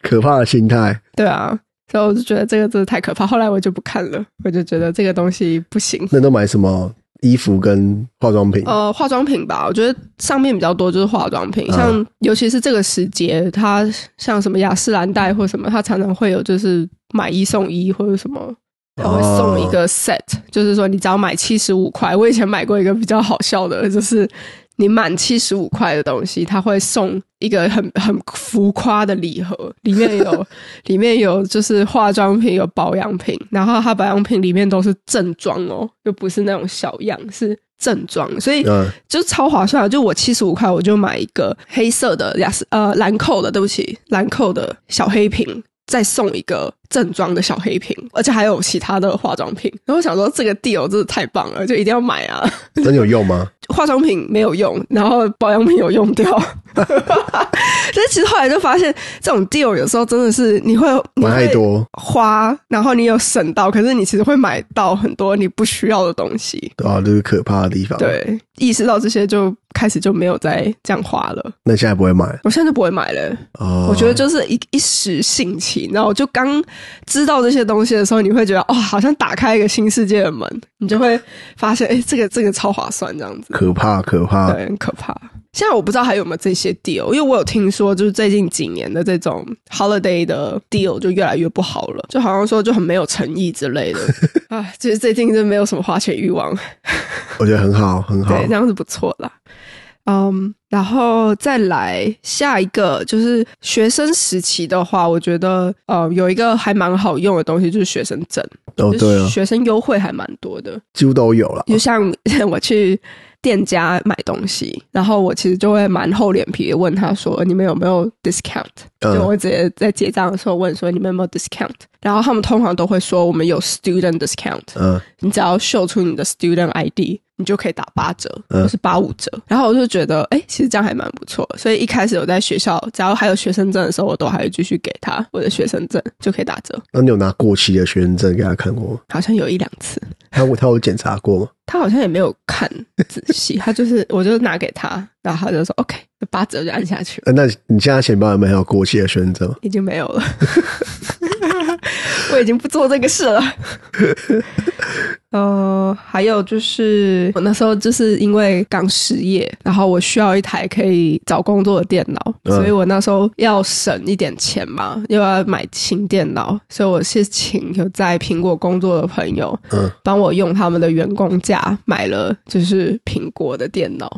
Speaker 1: 可怕的心态。
Speaker 2: 对啊。所以我就觉得这个真的太可怕，后来我就不看了，我就觉得这个东西不行。
Speaker 1: 那都买什么衣服跟化妆品？
Speaker 2: 呃，化妆品吧，我觉得上面比较多就是化妆品，
Speaker 1: 嗯
Speaker 2: 像尤其是这个时节，它像什么雅诗兰黛或什么，它常常会有就是买一送一或者什么，它会送一个 set，、就是说你只要买七十五块。我以前买过一个比较好笑的，就是你满七十五块的东西，它会送一个很很浮夸的礼盒，里面有里面有就是化妆品，有保养品，然后它保养品里面都是正装哦，就不是那种小样，是正装，所以
Speaker 1: 嗯，
Speaker 2: 就超划算的。啊就我七十五块，我就买一个黑色的雅诗呃兰蔻的，对不起，兰蔻的小黑瓶。再送一个正装的小黑瓶，而且还有其他的化妆品。然后我想说，这个 deal 真的太棒了，就一定要买啊！
Speaker 1: 真的有用吗？
Speaker 2: 化妆品没有用，然后保养品有用掉。 但其实后来就发现，这种 deal 有时候真的是你会你
Speaker 1: 买太
Speaker 2: 会
Speaker 1: 多，
Speaker 2: 花，然后你有省到，可是你其实会买到很多你不需要的东西。
Speaker 1: 对啊，这是可怕的地方。，
Speaker 2: 对，意识到这些就开始就没有再这样花了。
Speaker 1: 那现在不会买
Speaker 2: 我现在就不会买了，
Speaker 1: 哦。
Speaker 2: 我觉得就是一一时兴起，然后就刚知道这些东西的时候，你会觉得哦，好像打开一个新世界的门，你就会发现，哎，这个这个超划算，这样子。
Speaker 1: 可怕，可怕。
Speaker 2: 对，很可怕。现在我不知道还有没有这些 deal，因为我有听说，就是最近几年的这种 holiday 的 deal 就越来越不好了，就好像说就很没有诚意之类的。啊，就是最近就没有什么花钱欲望，
Speaker 1: 我觉得很好，很好。
Speaker 2: 对，这样是不错啦。嗯，然后再来下一个就是学生时期的话，我觉得呃有一个还蛮好用的东西就是学生证，
Speaker 1: 哦，对
Speaker 2: 就是
Speaker 1: 啊，哦
Speaker 2: 学生优惠还蛮多的。
Speaker 1: 几乎都有了。
Speaker 2: 就像 我去店家买东西，然后我其实就会蛮厚脸皮的问他说：“呃你们有没有 discount？” 就我
Speaker 1: 嗯，
Speaker 2: 会直接在结账的时候问说：“你们有没有 discount？” 然后他们通常都会说：“我们有 student discount。”
Speaker 1: 嗯，
Speaker 2: 你只要秀出你的 student ID，你就可以打八折
Speaker 1: 嗯
Speaker 2: 或是八五折。然后我就觉得，哎、其实这样还蛮不错的。所以一开始我在学校，只要还有学生证的时候，我都还会继续给他我的学生证，就可以打折。
Speaker 1: 那你有拿过期的学生证给他看过吗？
Speaker 2: 好像有一两次，
Speaker 1: 他他有检查过吗？
Speaker 2: 他好像也没有看仔细，他就是我就拿给他，然后他就说 OK，那八折就按下去了，
Speaker 1: 呃那你现在钱包有没有过期的学生证吗？
Speaker 2: 已经没有了， 我已经不做这个事了。呃，还有就是我那时候就是因为刚失业，然后我需要一台可以找工作的电脑，
Speaker 1: 嗯
Speaker 2: 所以我那时候要省一点钱嘛，又要买新电脑，所以我是请有在苹果工作的朋友，
Speaker 1: 嗯，
Speaker 2: 帮我用他们的员工价买了就是苹果的电脑，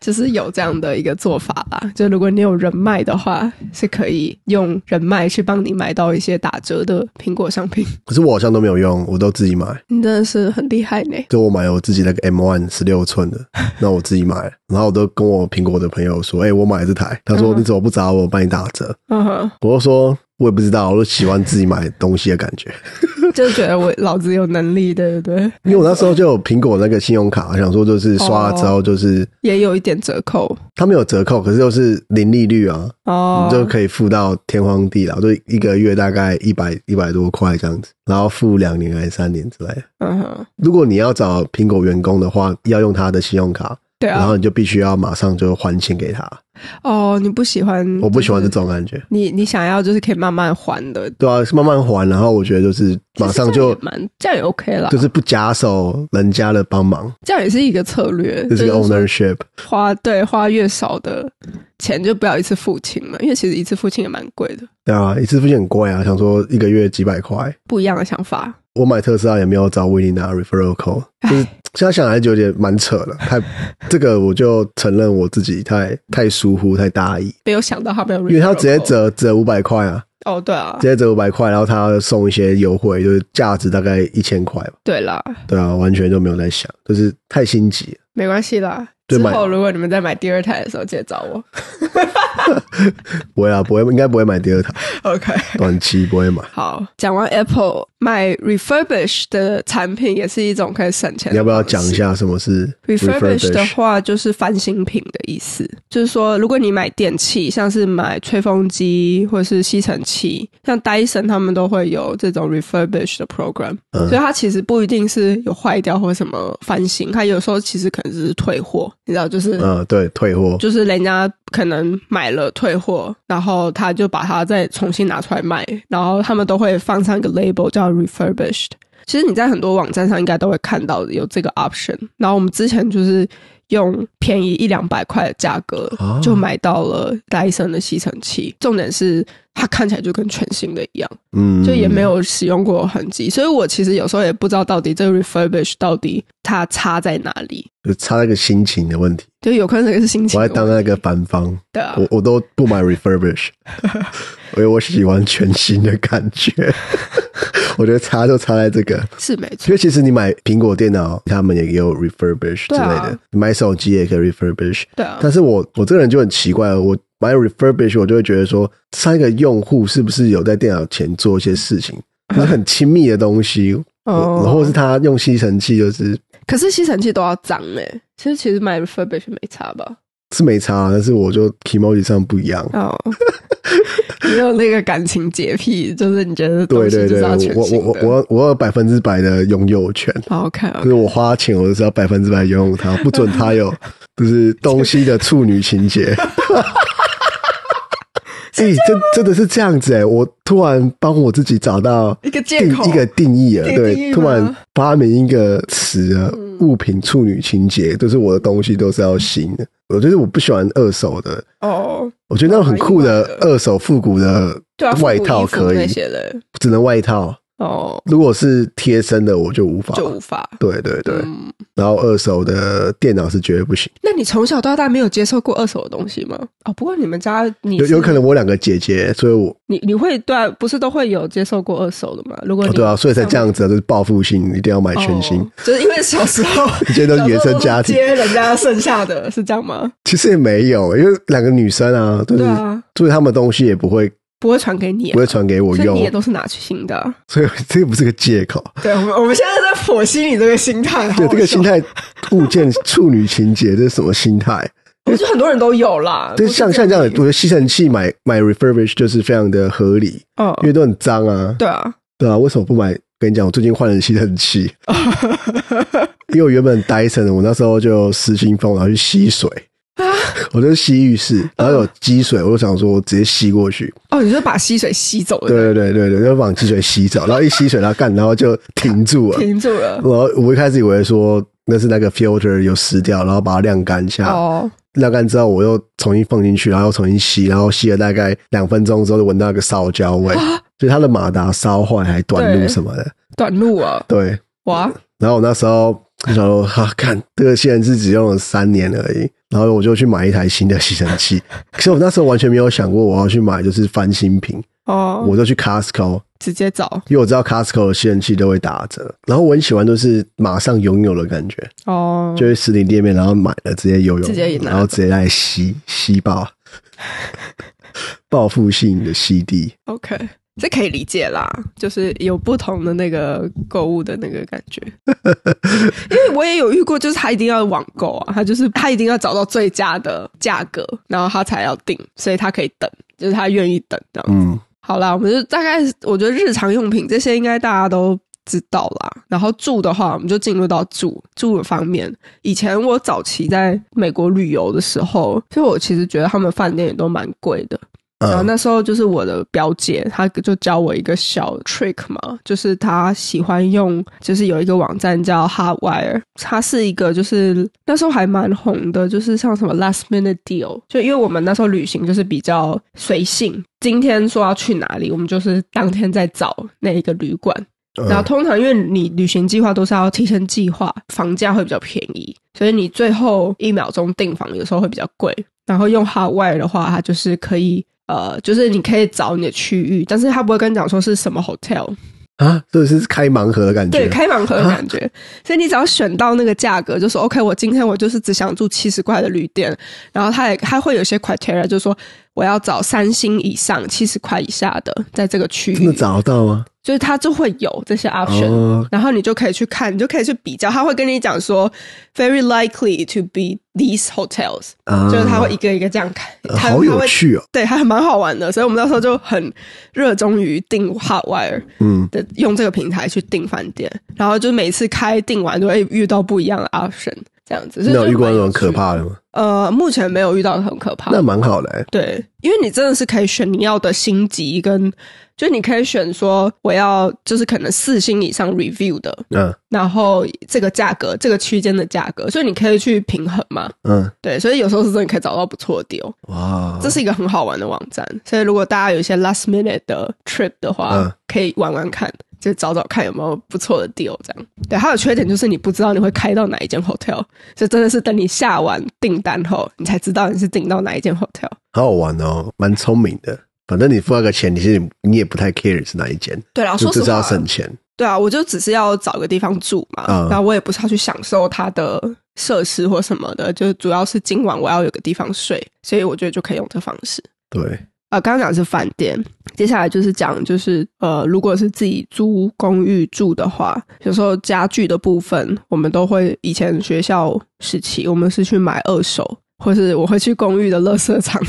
Speaker 2: 就是有这样的一个做法啦。就如果你有人脉的话，是可以用人脉去帮你买到一些打折的苹果商品。
Speaker 1: 可是我好像都没有用，我都自己买。
Speaker 2: 你真的是很厉害呢！
Speaker 1: 就我买我自己那个 M One 十六寸的，那我自己买，然后我都跟我苹果的朋友说：“哎、我买了这台。”他说：“
Speaker 2: 嗯
Speaker 1: 你怎么不找我，我帮你打折
Speaker 2: 嗯哼，？”
Speaker 1: 我就说：“我也不知道，我就喜欢自己买东西的感觉。
Speaker 2: 就觉得我老子有能力，对不对？
Speaker 1: 因为我那时候就有苹果那个信用卡，想说就是刷了之后就是、
Speaker 2: 也有一点折扣
Speaker 1: 它没有折扣，可是就是零利率啊，
Speaker 2: 哦
Speaker 1: 你。就可以付到天荒地老，就一个月大概一百一百多块这样子，然后付两年还是三年之类的。
Speaker 2: 嗯哼，
Speaker 1: 如果你要找苹果员工的话，要用他的信用卡，
Speaker 2: 对
Speaker 1: 然
Speaker 2: 啊
Speaker 1: 后。你就必须要马上就还钱给他。
Speaker 2: 哦，你不喜欢？
Speaker 1: 我不喜欢这
Speaker 2: 就是
Speaker 1: 种感觉。
Speaker 2: 你你想要就是可以慢慢还的，
Speaker 1: 对啊，是慢慢还，然后我觉得就是马上就
Speaker 2: 其实这样也蛮这样也 OK 啦，
Speaker 1: 就是不假手人家的帮忙，
Speaker 2: 这样也是一个策略，
Speaker 1: 这是个
Speaker 2: 就是说
Speaker 1: ownership。
Speaker 2: 花对花越少的钱就不要一次付清嘛，因为其实一次付清也蛮贵的，
Speaker 1: 对啊，一次付现很贵啊，想说一个月几百块。
Speaker 2: 不一样的想法。
Speaker 1: 我买特斯拉也没有找维尼拿 referral code，就是现在想来就有点蛮扯的， 太这个我就承认我自己太太疏忽太大意，
Speaker 2: 没有想到他没有 referral
Speaker 1: 因为他直接
Speaker 2: code
Speaker 1: 折折五百块啊，
Speaker 2: 哦，对啊
Speaker 1: 直，接折五百块，然后他送一些优惠，就是价值大概一千块吧。
Speaker 2: 对啦，
Speaker 1: 对啊，完全就没有在想，就是太心急了。
Speaker 2: 没关系啦。
Speaker 1: 对
Speaker 2: 之
Speaker 1: 买
Speaker 2: 后如果你们在买第二台的时候，记得找 我。
Speaker 1: 不会啊，不会，应该不会买第二台，
Speaker 2: OK，
Speaker 1: 短期不会买。
Speaker 2: 好，讲完 Apple 卖 refurbish 的产品也是一种可以省钱的方式。
Speaker 1: 你要不要讲一下什么是
Speaker 2: refurbish 的话就是翻新品的意思，就是说，如果你买电器，像是买吹风机或是吸尘器，像 Dyson 他们都会有这种 refurbish 的 program，、
Speaker 1: 嗯
Speaker 2: 所以它其实不一定是有坏掉或什么翻新，它有时候其实可能只是退货，你知道，就是、
Speaker 1: 嗯，对，退货。
Speaker 2: 就是人家可能买了退货，然后他就把它再重新拿出来卖，然后他们都会放上一个 label 叫 refurbished。其实你在很多网站上应该都会看到有这个
Speaker 1: 啊
Speaker 2: option。然后我们之前就是用便宜一两百块的价格
Speaker 1: 哦
Speaker 2: 就买到了戴森的吸尘器，重点是它看起来就跟全新的一样。
Speaker 1: 嗯，
Speaker 2: 就也没有使用过痕迹，所以我其实有时候也不知道到底这个 refurbish 到底它差在哪里，
Speaker 1: 就差那个心情的问题。
Speaker 2: 就有可能这个是心情
Speaker 1: 我
Speaker 2: 的
Speaker 1: 还
Speaker 2: 问
Speaker 1: 当那个反方，
Speaker 2: 题啊。
Speaker 1: 我我都不买 refurbish，因为我喜欢全新的感觉。 我觉得差就差在这个，
Speaker 2: 是没错
Speaker 1: 因。为其实你买苹果电脑，他们也有 refurbish 之
Speaker 2: 对
Speaker 1: 类
Speaker 2: 啊
Speaker 1: 的，你买手机也可以 refurbish。
Speaker 2: 对啊，
Speaker 1: 但是我我这个人就很奇怪，我买 refurbish 我就会觉得说，上一个用户是不是有在电脑前做一些事情，就是很亲密的东西，
Speaker 2: 哦
Speaker 1: 然后是他用吸尘器，就是
Speaker 2: 可是吸尘器都要脏哎、其实其实买 refurbish 没 差吧？
Speaker 1: 是没差，啊但是我就 emoji 上不一样。
Speaker 2: 哦，你有那个感情洁癖，就是你觉得东
Speaker 1: 对
Speaker 2: 西
Speaker 1: 对
Speaker 2: 就是
Speaker 1: 对，
Speaker 2: 要全
Speaker 1: 我
Speaker 2: 新的。
Speaker 1: 我我我我有百分之百的拥有权，
Speaker 2: 好 OK 哦
Speaker 1: 就是
Speaker 2: OK，
Speaker 1: 我花钱，我就是要百分之百拥有它，不准它 有就是东西的处女情节。哎、真真的是这样子哎、我突然帮我自己找到
Speaker 2: 一个借
Speaker 1: 定
Speaker 2: 口
Speaker 1: 一个定义了，
Speaker 2: 定定义
Speaker 1: 对，
Speaker 2: 吗嗯
Speaker 1: 突然发明一个词啊，物品处女情节，就是我的东西都是要新的，我就是我不喜欢二手的，
Speaker 2: 哦，
Speaker 1: 我觉得那种很酷的
Speaker 2: 哦
Speaker 1: 二手复古的
Speaker 2: 对啊，
Speaker 1: 外
Speaker 2: 复古
Speaker 1: 套
Speaker 2: 衣服
Speaker 1: 可以
Speaker 2: 那，些的
Speaker 1: 只能外套，
Speaker 2: 哦，
Speaker 1: 如果是贴身的我就无法，
Speaker 2: 就无法。
Speaker 1: 对对对，
Speaker 2: 嗯，
Speaker 1: 然后二手的电脑是绝对不行，
Speaker 2: 那你从小到大没有接受过二手的东西吗？哦，不过你们家你
Speaker 1: 有
Speaker 2: 是
Speaker 1: 有可能我两个姐姐，所以我
Speaker 2: 你你会对、啊，不是都会有接受过二手的吗？如果
Speaker 1: 哦
Speaker 2: 你、
Speaker 1: 对啊，所以才这样子啊，就是报复性一定要买全新，
Speaker 2: 哦就是因为小时候
Speaker 1: 以 前都是原生家庭
Speaker 2: 小 时候都接人家剩下的是这样吗？
Speaker 1: 其实也没有，因为两个女生啊，就是
Speaker 2: 对啊
Speaker 1: 所以她们东西也不会
Speaker 2: 不会传给你、啊，
Speaker 1: 不会传给我
Speaker 2: 所以
Speaker 1: 用
Speaker 2: 你，也都是拿去新的啊、
Speaker 1: 所以这个不是个借口。
Speaker 2: 对，我们我们现在在剖析你这个心态，好
Speaker 1: 对，
Speaker 2: 好
Speaker 1: 这个心
Speaker 2: 笑，
Speaker 1: 态物件处女情节，这是什么心态？
Speaker 2: 我觉得很多人都有啦。
Speaker 1: 对，
Speaker 2: 不是
Speaker 1: 像
Speaker 2: 只
Speaker 1: 像
Speaker 2: 有
Speaker 1: 这样，我
Speaker 2: 你
Speaker 1: 觉得吸尘器买买 refurbish 就是非常的合理，
Speaker 2: 嗯，
Speaker 1: 因为都很脏啊，
Speaker 2: 对啊，
Speaker 1: 对啊，为什么不买？跟你讲，我最近换了吸尘器，因为我原本 Dyson，我那时候就失心疯，然后去吸水，
Speaker 2: 啊
Speaker 1: 我就吸浴室，然后有积水，我就想说我直接吸过去，
Speaker 2: 哦，你就是把溪水吸走了，
Speaker 1: 对对对对对，就往积水吸走，然后一吸水，然后干，然后就停住了，
Speaker 2: 停住了。
Speaker 1: 我我一开始以为说那是那个 filter 有湿掉，然后把它晾干一下，
Speaker 2: 哦，
Speaker 1: 晾干之后我又重新放进去，然后又重新吸，然后吸了大概两分钟之后就闻到一个烧焦味，所以它的马达烧坏还短路
Speaker 2: 啊对
Speaker 1: 什么的，
Speaker 2: 短路啊，
Speaker 1: 对。
Speaker 2: 哇，
Speaker 1: 然后我那时候就想说，哈、看这个吸尘器只用了三年而已，然后我就去买一台新的吸尘器。 可是我那时候完全没有想过我要去买就是翻新品，
Speaker 2: 哦，
Speaker 1: 我就去 Costco，
Speaker 2: 直接找
Speaker 1: 因为我知道 Costco 的吸尘器都会打折，然后我很喜欢都是马上拥有的感觉。
Speaker 2: 哦，
Speaker 1: 就是实体店面，然后买了直接游泳，
Speaker 2: 直接拿
Speaker 1: 然后直接来吸吸爆， 报复性的吸地。
Speaker 2: OK，这可以理解啦，就是有不同的那个购物的那个感觉。因为我也有遇过，就是他一定要网购啊，他就是他一定要找到最佳的价格，然后他才要订，所以他可以等，就是他愿意等这样。
Speaker 1: 嗯，
Speaker 2: 好啦，我们就大概我觉得日常用品这些应该大家都。知道啦，然后住的话，我们就进入到住住的方面。以前我早期在美国旅游的时候，所以我其实觉得他们饭店也都蛮贵的。然后
Speaker 1: 嗯
Speaker 2: 那时候就是我的表姐，她就教我一个小 trick 嘛，就是她喜欢用，就是有一个网站叫 Hotwire，它是一个就是那时候还蛮红的，就是像什么 last minute deal，就因为我们那时候旅行就是比较随性，今天说要去哪里，我们就是当天在找那一个旅馆，然后
Speaker 1: 嗯，
Speaker 2: 通常因为你旅行计划都是要提前计划，房价会比较便宜，所以你最后一秒钟订房有时候会比较贵。然后用 Hotwire 的话，它就是可以呃，就是你可以找你的区域，但是它不会跟你讲说是什么 hotel，
Speaker 1: 啊，这是开盲盒的感觉。
Speaker 2: 对，开盲盒的感觉。所以你只要选到那个价格，就说 OK，我今天我就是只想住七十块的旅店，然后它也它会有一些 criteria，就是说我要找三星以上、七十块以下的，在这个区
Speaker 1: 真的
Speaker 2: 域，
Speaker 1: 找得到吗？
Speaker 2: 就是它就会有这些 option。
Speaker 1: 哦，
Speaker 2: 然后你就可以去看，你就可以去比较，他会跟你讲说，very likely to be these hotels，、
Speaker 1: 啊
Speaker 2: 就是他会一个一个这样看，
Speaker 1: 呃
Speaker 2: 他
Speaker 1: 好
Speaker 2: 他
Speaker 1: 有
Speaker 2: 会
Speaker 1: 趣哦。
Speaker 2: 对，还蛮好玩的，所以我们那时候就很热衷于订 Hotwire
Speaker 1: 嗯，
Speaker 2: 的，用这个平台去订饭店，然后就每次开订完都会遇到不一样的 option，这样子。
Speaker 1: 你
Speaker 2: 所以
Speaker 1: 有
Speaker 2: 就
Speaker 1: 遇过
Speaker 2: 蛮
Speaker 1: 那
Speaker 2: 有
Speaker 1: 种可
Speaker 2: 趣的？
Speaker 1: 怕的吗？
Speaker 2: 呃，目前没有遇到很可怕的
Speaker 1: 那蛮好的欸。
Speaker 2: 对，因为你真的是可以选你要的星级跟，就你可以选说我要就是可能四星以上 review 的，
Speaker 1: 嗯
Speaker 2: 然后这个价格这个区间的价格，所以你可以去平衡嘛。
Speaker 1: 嗯，
Speaker 2: 对，所以有时候是真的可以找到不错的
Speaker 1: 哦
Speaker 2: deal，
Speaker 1: 哇，
Speaker 2: 这是一个很好玩的网站。所以如果大家有一些 last minute 的 trip 的话，
Speaker 1: 嗯
Speaker 2: 可以玩玩看，就找找看有没有不错的 deal 这样。对，还有缺点就是你不知道你会开到哪一间 hotel，所以真的是等你下完订单后，你才知道你是订到哪一间 hotel。
Speaker 1: 好好玩哦，蛮聪明的。反正你付那个钱，你是你也不太 care 是哪一间，
Speaker 2: 对啦，
Speaker 1: 就
Speaker 2: 啊说实
Speaker 1: 就是
Speaker 2: 话
Speaker 1: 要，省钱。
Speaker 2: 对啊，我就只是要找个地方住嘛，
Speaker 1: 嗯
Speaker 2: 然后我也不是要去享受它的设施或什么的，就主要是今晚我要有个地方睡，所以我觉得就可以用这方式。
Speaker 1: 对，
Speaker 2: 呃，刚刚讲的是饭店，接下来就是讲就是呃，如果是自己租公寓住的话，有时候家具的部分，我们都会以前学校时期，我们是去买二手。或是我会去公寓的垃圾场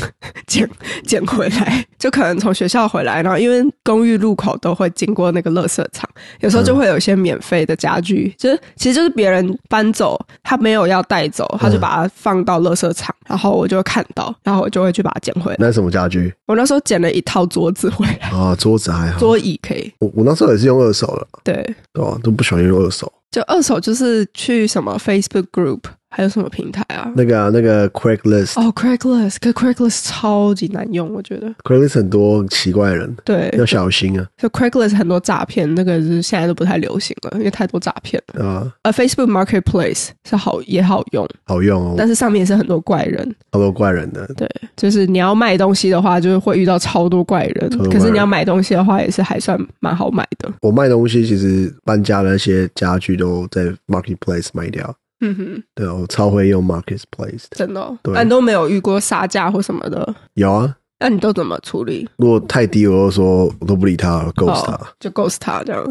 Speaker 2: 捡捡回来，就可能从学校回来，然后因为公寓路口都会经过那个垃圾场，有时候就会有一些免费的家具，就是其实就是别人搬走，他没有要带走，他就
Speaker 1: 嗯
Speaker 2: 把它放到垃圾场，然后我就会看到，然后我就会去把它捡回来。
Speaker 1: 那是什么家具
Speaker 2: 我那时候捡了一套桌子回来，
Speaker 1: 啊？桌子还好，
Speaker 2: 桌椅可以，
Speaker 1: 我我那时候也是用二手了，
Speaker 2: 对，
Speaker 1: 对吧？都不喜欢用二手。
Speaker 2: 就二手就是去什么 Facebook group，还有什么平台啊？
Speaker 1: 那个啊、那个 Craigslist，Craigslist、
Speaker 2: 哦，Craigslist，可 Craigslist 超级难用，我觉得。
Speaker 1: 很多奇怪的人，
Speaker 2: 对，
Speaker 1: 要小心啊，
Speaker 2: 就 Craigslist 很多诈骗，那个是现在都不太流行了，因为太多诈骗了。
Speaker 1: 啊，
Speaker 2: 呃，Facebook Marketplace 是好也好用，
Speaker 1: 好用哦，
Speaker 2: 但是上面也是很多怪人。
Speaker 1: 好多怪人的，
Speaker 2: 对，就是你要卖东西的话，就是会遇到超多怪人
Speaker 1: 超多。怪
Speaker 2: 可是你要
Speaker 1: 人
Speaker 2: 买东西的话，也是还算蛮好买的。
Speaker 1: 我卖东西，其实搬家的那些家具都在 Marketplace 卖掉，
Speaker 2: 嗯哼，
Speaker 1: 对啊，我超会用 Marketplace 的，
Speaker 2: 真的、哦。
Speaker 1: 对
Speaker 2: 啊你都没有遇过杀价或什么的。
Speaker 1: 有啊，
Speaker 2: 那你都怎么处理？
Speaker 1: 如果太低，我就说我都不理他，ghost 他
Speaker 2: 哦，就 ghost 他这样。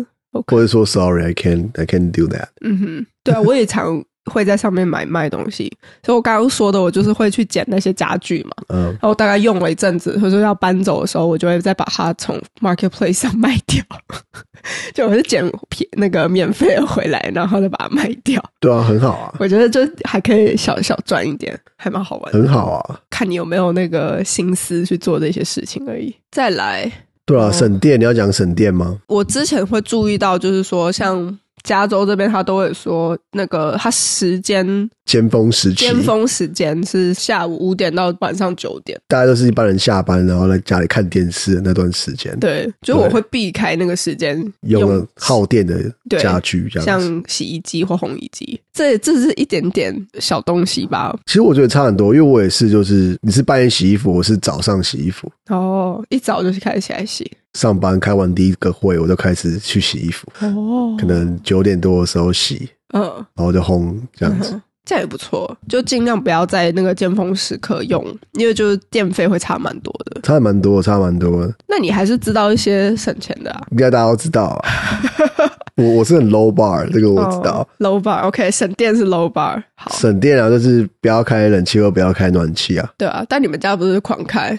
Speaker 1: 或者说 sorry，I can't I can't do that。
Speaker 2: 嗯哼，对啊，我也常会在上面买卖东西，所以我刚刚说的，我就是会去捡那些家具嘛，
Speaker 1: 嗯，
Speaker 2: 然后大概用了一阵子，或者说要搬走的时候，我就会再把它从 marketplace 上卖掉， 就我是捡便那个免费的回来，然后再把它卖掉。
Speaker 1: 对啊，很好啊，
Speaker 2: 我觉得就还可以小小赚一点，还蛮好玩的。
Speaker 1: 很好啊，
Speaker 2: 看你有没有那个心思去做这些事情而已。再来，
Speaker 1: 对啊，
Speaker 2: 哦
Speaker 1: 省电，你要讲省电吗？
Speaker 2: 我之前会注意到，就是说像。加州这边，他都会说那个，他时间
Speaker 1: 尖峰时期，
Speaker 2: 巅峰时间是下午五点到晚上九点。
Speaker 1: 大家都是一般人下班，然后在家里看电视的那段时间，
Speaker 2: 对，就
Speaker 1: 对
Speaker 2: 我会避开那个时间
Speaker 1: 用了耗电的家具这样子。
Speaker 2: 像洗衣机或烘衣机，这这是一点点小东西吧。
Speaker 1: 其实我觉得差很多，因为我也是，就是你是半夜洗衣服，我是早上洗衣服。
Speaker 2: 然后一早就是开始起来洗，
Speaker 1: 上班开完第一个会，我就开始去洗衣服，
Speaker 2: 哦
Speaker 1: 可能九点多的时候洗，
Speaker 2: 嗯，
Speaker 1: 然后就烘这样子。
Speaker 2: 嗯这样也不错，就尽量不要在那个尖峰时刻用，因为就是电费会差蛮多的。
Speaker 1: 差蛮多，差蛮多，
Speaker 2: 那你还是知道一些省钱的啊。
Speaker 1: 应该大家都知道啊。我我是很 low bar，这个我知道。
Speaker 2: 哦，low bar，OK，、省电是 low bar，好，
Speaker 1: 省电啊，就是不要开冷气或不要开暖气啊，
Speaker 2: 对啊。但你们家不是狂开，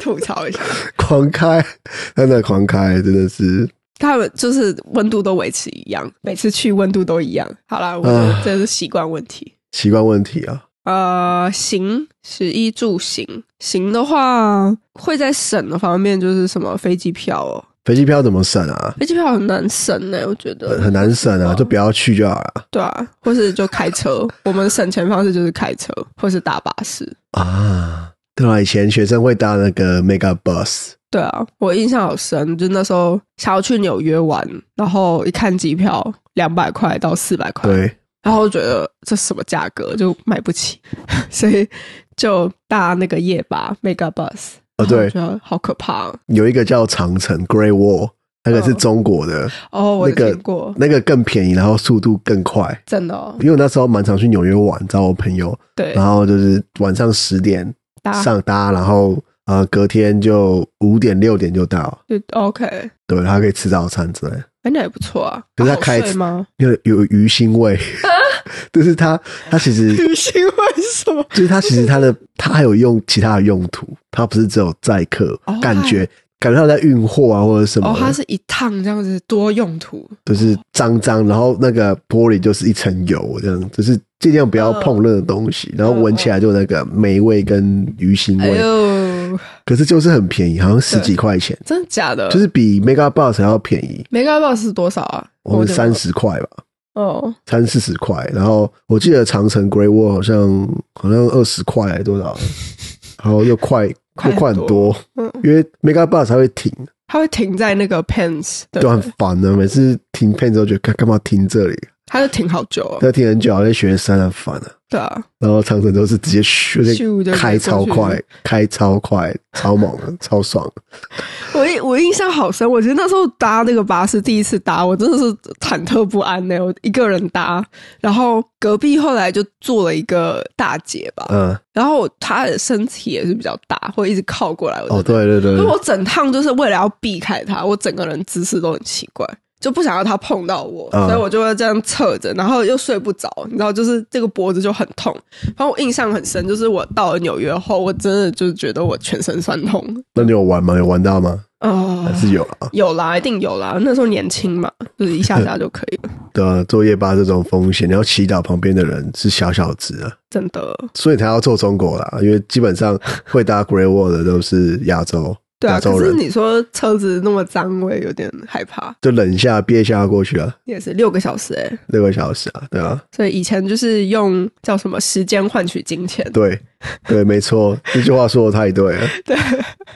Speaker 2: 吐槽 一下，
Speaker 1: 狂开，真的狂开，真的是
Speaker 2: 他们就是温度都维持一样，每次去温度都一样。好啦，我
Speaker 1: 唉
Speaker 2: 这是习惯问题。
Speaker 1: 习惯问题啊。
Speaker 2: 呃，行，食衣住行，行的话会在省的方面，就是什么飞机票哦，
Speaker 1: 飞机票怎么省啊？
Speaker 2: 飞机票很难省欸呢、我觉
Speaker 1: 很
Speaker 2: 得。
Speaker 1: 很难省啊，就不要去就好了
Speaker 2: 对啊，或是就开车。我们省钱方式就是开车，或是搭巴士。
Speaker 1: 啊。对啊，以前学生会搭那个 mega bus，
Speaker 2: 对啊，我印象好深，就那时候想要去纽约玩，然后一看机票两百块到四百块，
Speaker 1: 对，
Speaker 2: 然后我觉得这什么价格就买不起， 所以就搭那个夜巴 mega bus。
Speaker 1: 哦对
Speaker 2: 然后我觉得好可怕哦
Speaker 1: 有一个叫长城 Great Wall，那个是中国的，
Speaker 2: 哦！我有
Speaker 1: 那个
Speaker 2: 听过，
Speaker 1: 那个更便宜，然后速度更快。
Speaker 2: 真的、哦、
Speaker 1: 因为我那时候蛮常去纽约玩，找我朋友，
Speaker 2: 对，
Speaker 1: 然后就是晚上十点
Speaker 2: 搭
Speaker 1: 上搭，然后呃隔天就五点六点就到，
Speaker 2: 就 OK，哎，
Speaker 1: 对，他可以吃早餐之类的。
Speaker 2: 那也不错啊。
Speaker 1: 可是他
Speaker 2: 好
Speaker 1: 开
Speaker 2: 睡吗？
Speaker 1: 因为有鱼腥 味，就是它它其实
Speaker 2: 旅行为什么？
Speaker 1: 就是它其实它的它还有用其他的用途，它不是只有载客，
Speaker 2: 哦
Speaker 1: 感觉感觉它在运货啊或者什么
Speaker 2: 哦，
Speaker 1: 的，
Speaker 2: 它是一趟这样子多用途，
Speaker 1: 就是脏脏，然后那个玻璃就是一层油这样，就是尽量不要碰任何东西，然后闻起来就那个霉味跟鱼腥
Speaker 2: 嗯哎
Speaker 1: 味，
Speaker 2: 呦，
Speaker 1: 可是就是很便宜，好像十几块钱，
Speaker 2: 真的假的？
Speaker 1: 就是比 Mega Bus 还要便宜，
Speaker 2: Mega Box 是多少啊？
Speaker 1: 我
Speaker 2: 有
Speaker 1: 们
Speaker 2: 点
Speaker 1: 三十块吧。
Speaker 2: 忘了哦，
Speaker 1: 三四十块，然后我记得长城 Great Wall 好像好像二十块还多少，然后又 快又
Speaker 2: 快很
Speaker 1: 快很多，
Speaker 2: 嗯
Speaker 1: 因为 Mega Bus 才会停，
Speaker 2: 它会停在那个 Pens，对
Speaker 1: 就，很烦啊的。每次停片之后，觉得干干嘛停这里？
Speaker 2: 它就停好久哦，
Speaker 1: 要停很久，那些学生很烦啊。
Speaker 2: 对啊，
Speaker 1: 然后长城都是直接咻
Speaker 2: 咻就
Speaker 1: 就开
Speaker 2: 直接过
Speaker 1: 超
Speaker 2: 去
Speaker 1: 快，开超快，超猛的，超爽的。
Speaker 2: 我印我印象好深，我觉得那时候搭那个巴士，第一次搭，我真的是忐忑不安呢、我一个人搭，然后隔壁后来就坐了一个大姐吧，
Speaker 1: 嗯，
Speaker 2: 然后我她的身体也是比较大，会一直靠过来。我
Speaker 1: 哦，
Speaker 2: 就，
Speaker 1: 对对对
Speaker 2: 所
Speaker 1: 对，
Speaker 2: 以我整趟就是为了要避开她，我整个人姿势都很奇怪。就不想要她碰到我，
Speaker 1: 嗯
Speaker 2: 所以我就会这样侧着，然后又睡不着，你知道，就是这个脖子就很痛。然后我印象很深，就是我到了纽约后，我真的就是觉得我全身酸痛
Speaker 1: 那你有玩吗？有玩到吗？
Speaker 2: 啊。
Speaker 1: 还是有啊？
Speaker 2: 有啦，一定有啦。那时候年轻嘛，就是一下下就可以了，
Speaker 1: 对啊，做夜巴这种风险，你要祈祷旁边的人是小小只啊。
Speaker 2: 真的。
Speaker 1: 所以才要做中国啦，因为基本上会搭 Great Wall 的都是亚洲
Speaker 2: 对啊，
Speaker 1: 亚洲
Speaker 2: 可是
Speaker 1: 人，
Speaker 2: 你说车子那么脏，我也有点害怕。
Speaker 1: 就冷下憋下过去啊，
Speaker 2: 也是六个小时哎、
Speaker 1: 六个小时啊，对 啊，
Speaker 2: 所以以前就是用叫什么时间换取金钱，
Speaker 1: 对对，没错，这句话说的太对了，
Speaker 2: 对，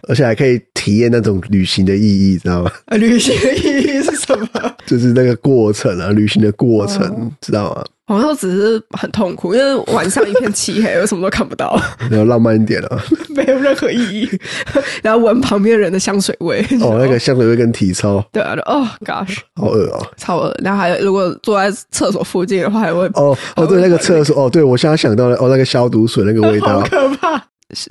Speaker 1: 而且还可以体验那种旅行的意义，知道吗？
Speaker 2: 呃旅行的 意义是什么？
Speaker 1: 就是那个过程啊，旅行的过程，
Speaker 2: 哦
Speaker 1: 知道吗？
Speaker 2: 好像只是很痛苦，因为晚上一片漆黑，我什么都看不 到，
Speaker 1: 要浪漫一点 啊，
Speaker 2: 没有任何意义。然后闻旁边人的香水味，
Speaker 1: 哦，那个香水味跟体操，
Speaker 2: 对啊，就哦，gosh，
Speaker 1: 好恶哦、
Speaker 2: 超恶。然后还有，如果坐在厕所附
Speaker 1: 哦
Speaker 2: 近的话，还会
Speaker 1: 哦哦，对，那个厕所，哦，对我现在想到了，哦，那个消毒水那个味
Speaker 2: 好
Speaker 1: 道，
Speaker 2: 可怕。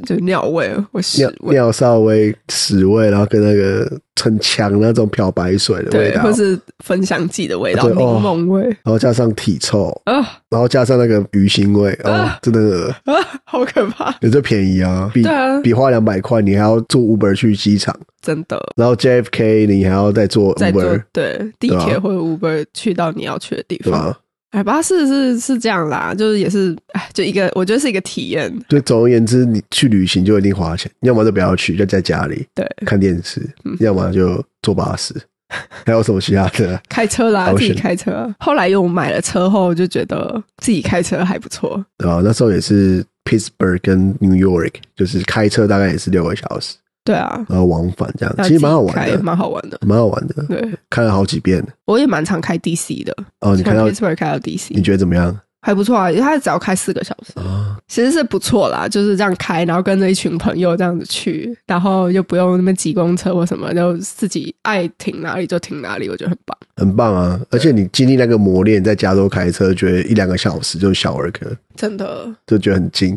Speaker 2: 就尿味或屎
Speaker 1: 尿
Speaker 2: 味，
Speaker 1: 尿稍微屎味，然后跟那个很强那种漂白水的味
Speaker 2: 对，
Speaker 1: 道，
Speaker 2: 或
Speaker 1: 然
Speaker 2: 是芬香剂的味道，
Speaker 1: 对
Speaker 2: 柠
Speaker 1: 哦
Speaker 2: 檬味
Speaker 1: 后加上体臭，
Speaker 2: 啊
Speaker 1: 然后加上那个鱼腥味，哦
Speaker 2: 啊，
Speaker 1: 真的恶
Speaker 2: 啊，好可怕！
Speaker 1: 有这便宜啊，比
Speaker 2: 对啊
Speaker 1: 比花两百块，你还要坐 Uber 去机场，
Speaker 2: 真的，
Speaker 1: 然后 JFK 你还要再坐
Speaker 2: 在坐
Speaker 1: Uber，
Speaker 2: 对地
Speaker 1: 对啊
Speaker 2: 铁或者 Uber 去到你要去的地
Speaker 1: 对啊
Speaker 2: 方。
Speaker 1: 吧？
Speaker 2: 哎，巴士是是这样啦，就是也是，哎，就一个我觉得是一个体验，
Speaker 1: 所以总而言之，你去旅行就一定花钱，要么就不要去，就在家里
Speaker 2: 对，嗯
Speaker 1: 看电视，要么就坐巴士， 还有什么其他的？
Speaker 2: 开车啦，
Speaker 1: 好
Speaker 2: 自己
Speaker 1: 险
Speaker 2: 开车。后来又买了车后，就觉得自己开车还不错，
Speaker 1: 然后那时候也是 Pittsburgh 跟 New York，就是开车大概也是六个小时，
Speaker 2: 对啊，
Speaker 1: 然后往返这样，
Speaker 2: 那
Speaker 1: 其实蛮好
Speaker 2: 自己
Speaker 1: 玩
Speaker 2: 开
Speaker 1: 的，
Speaker 2: 蛮好玩的。
Speaker 1: 蛮好玩的，
Speaker 2: 对，
Speaker 1: 看了好几遍。
Speaker 2: 我也蛮常开 DC 的，
Speaker 1: 哦，你
Speaker 2: 从
Speaker 1: 看到
Speaker 2: Pittsburgh 开到
Speaker 1: 你
Speaker 2: DC
Speaker 1: 觉得怎么样
Speaker 2: 还不错啊，因为它只要开四个小时，
Speaker 1: 啊？
Speaker 2: 其实是不错啦，就是这样开，然后跟着一群朋友这样子去，然后又不用那边挤公车或什么，就自己爱停哪里就停哪里，我觉得很棒。
Speaker 1: 很棒啊！而且你经历那个磨练，在加州开车，觉得一两个小时就小儿科，
Speaker 2: 真的，
Speaker 1: 就觉得很近。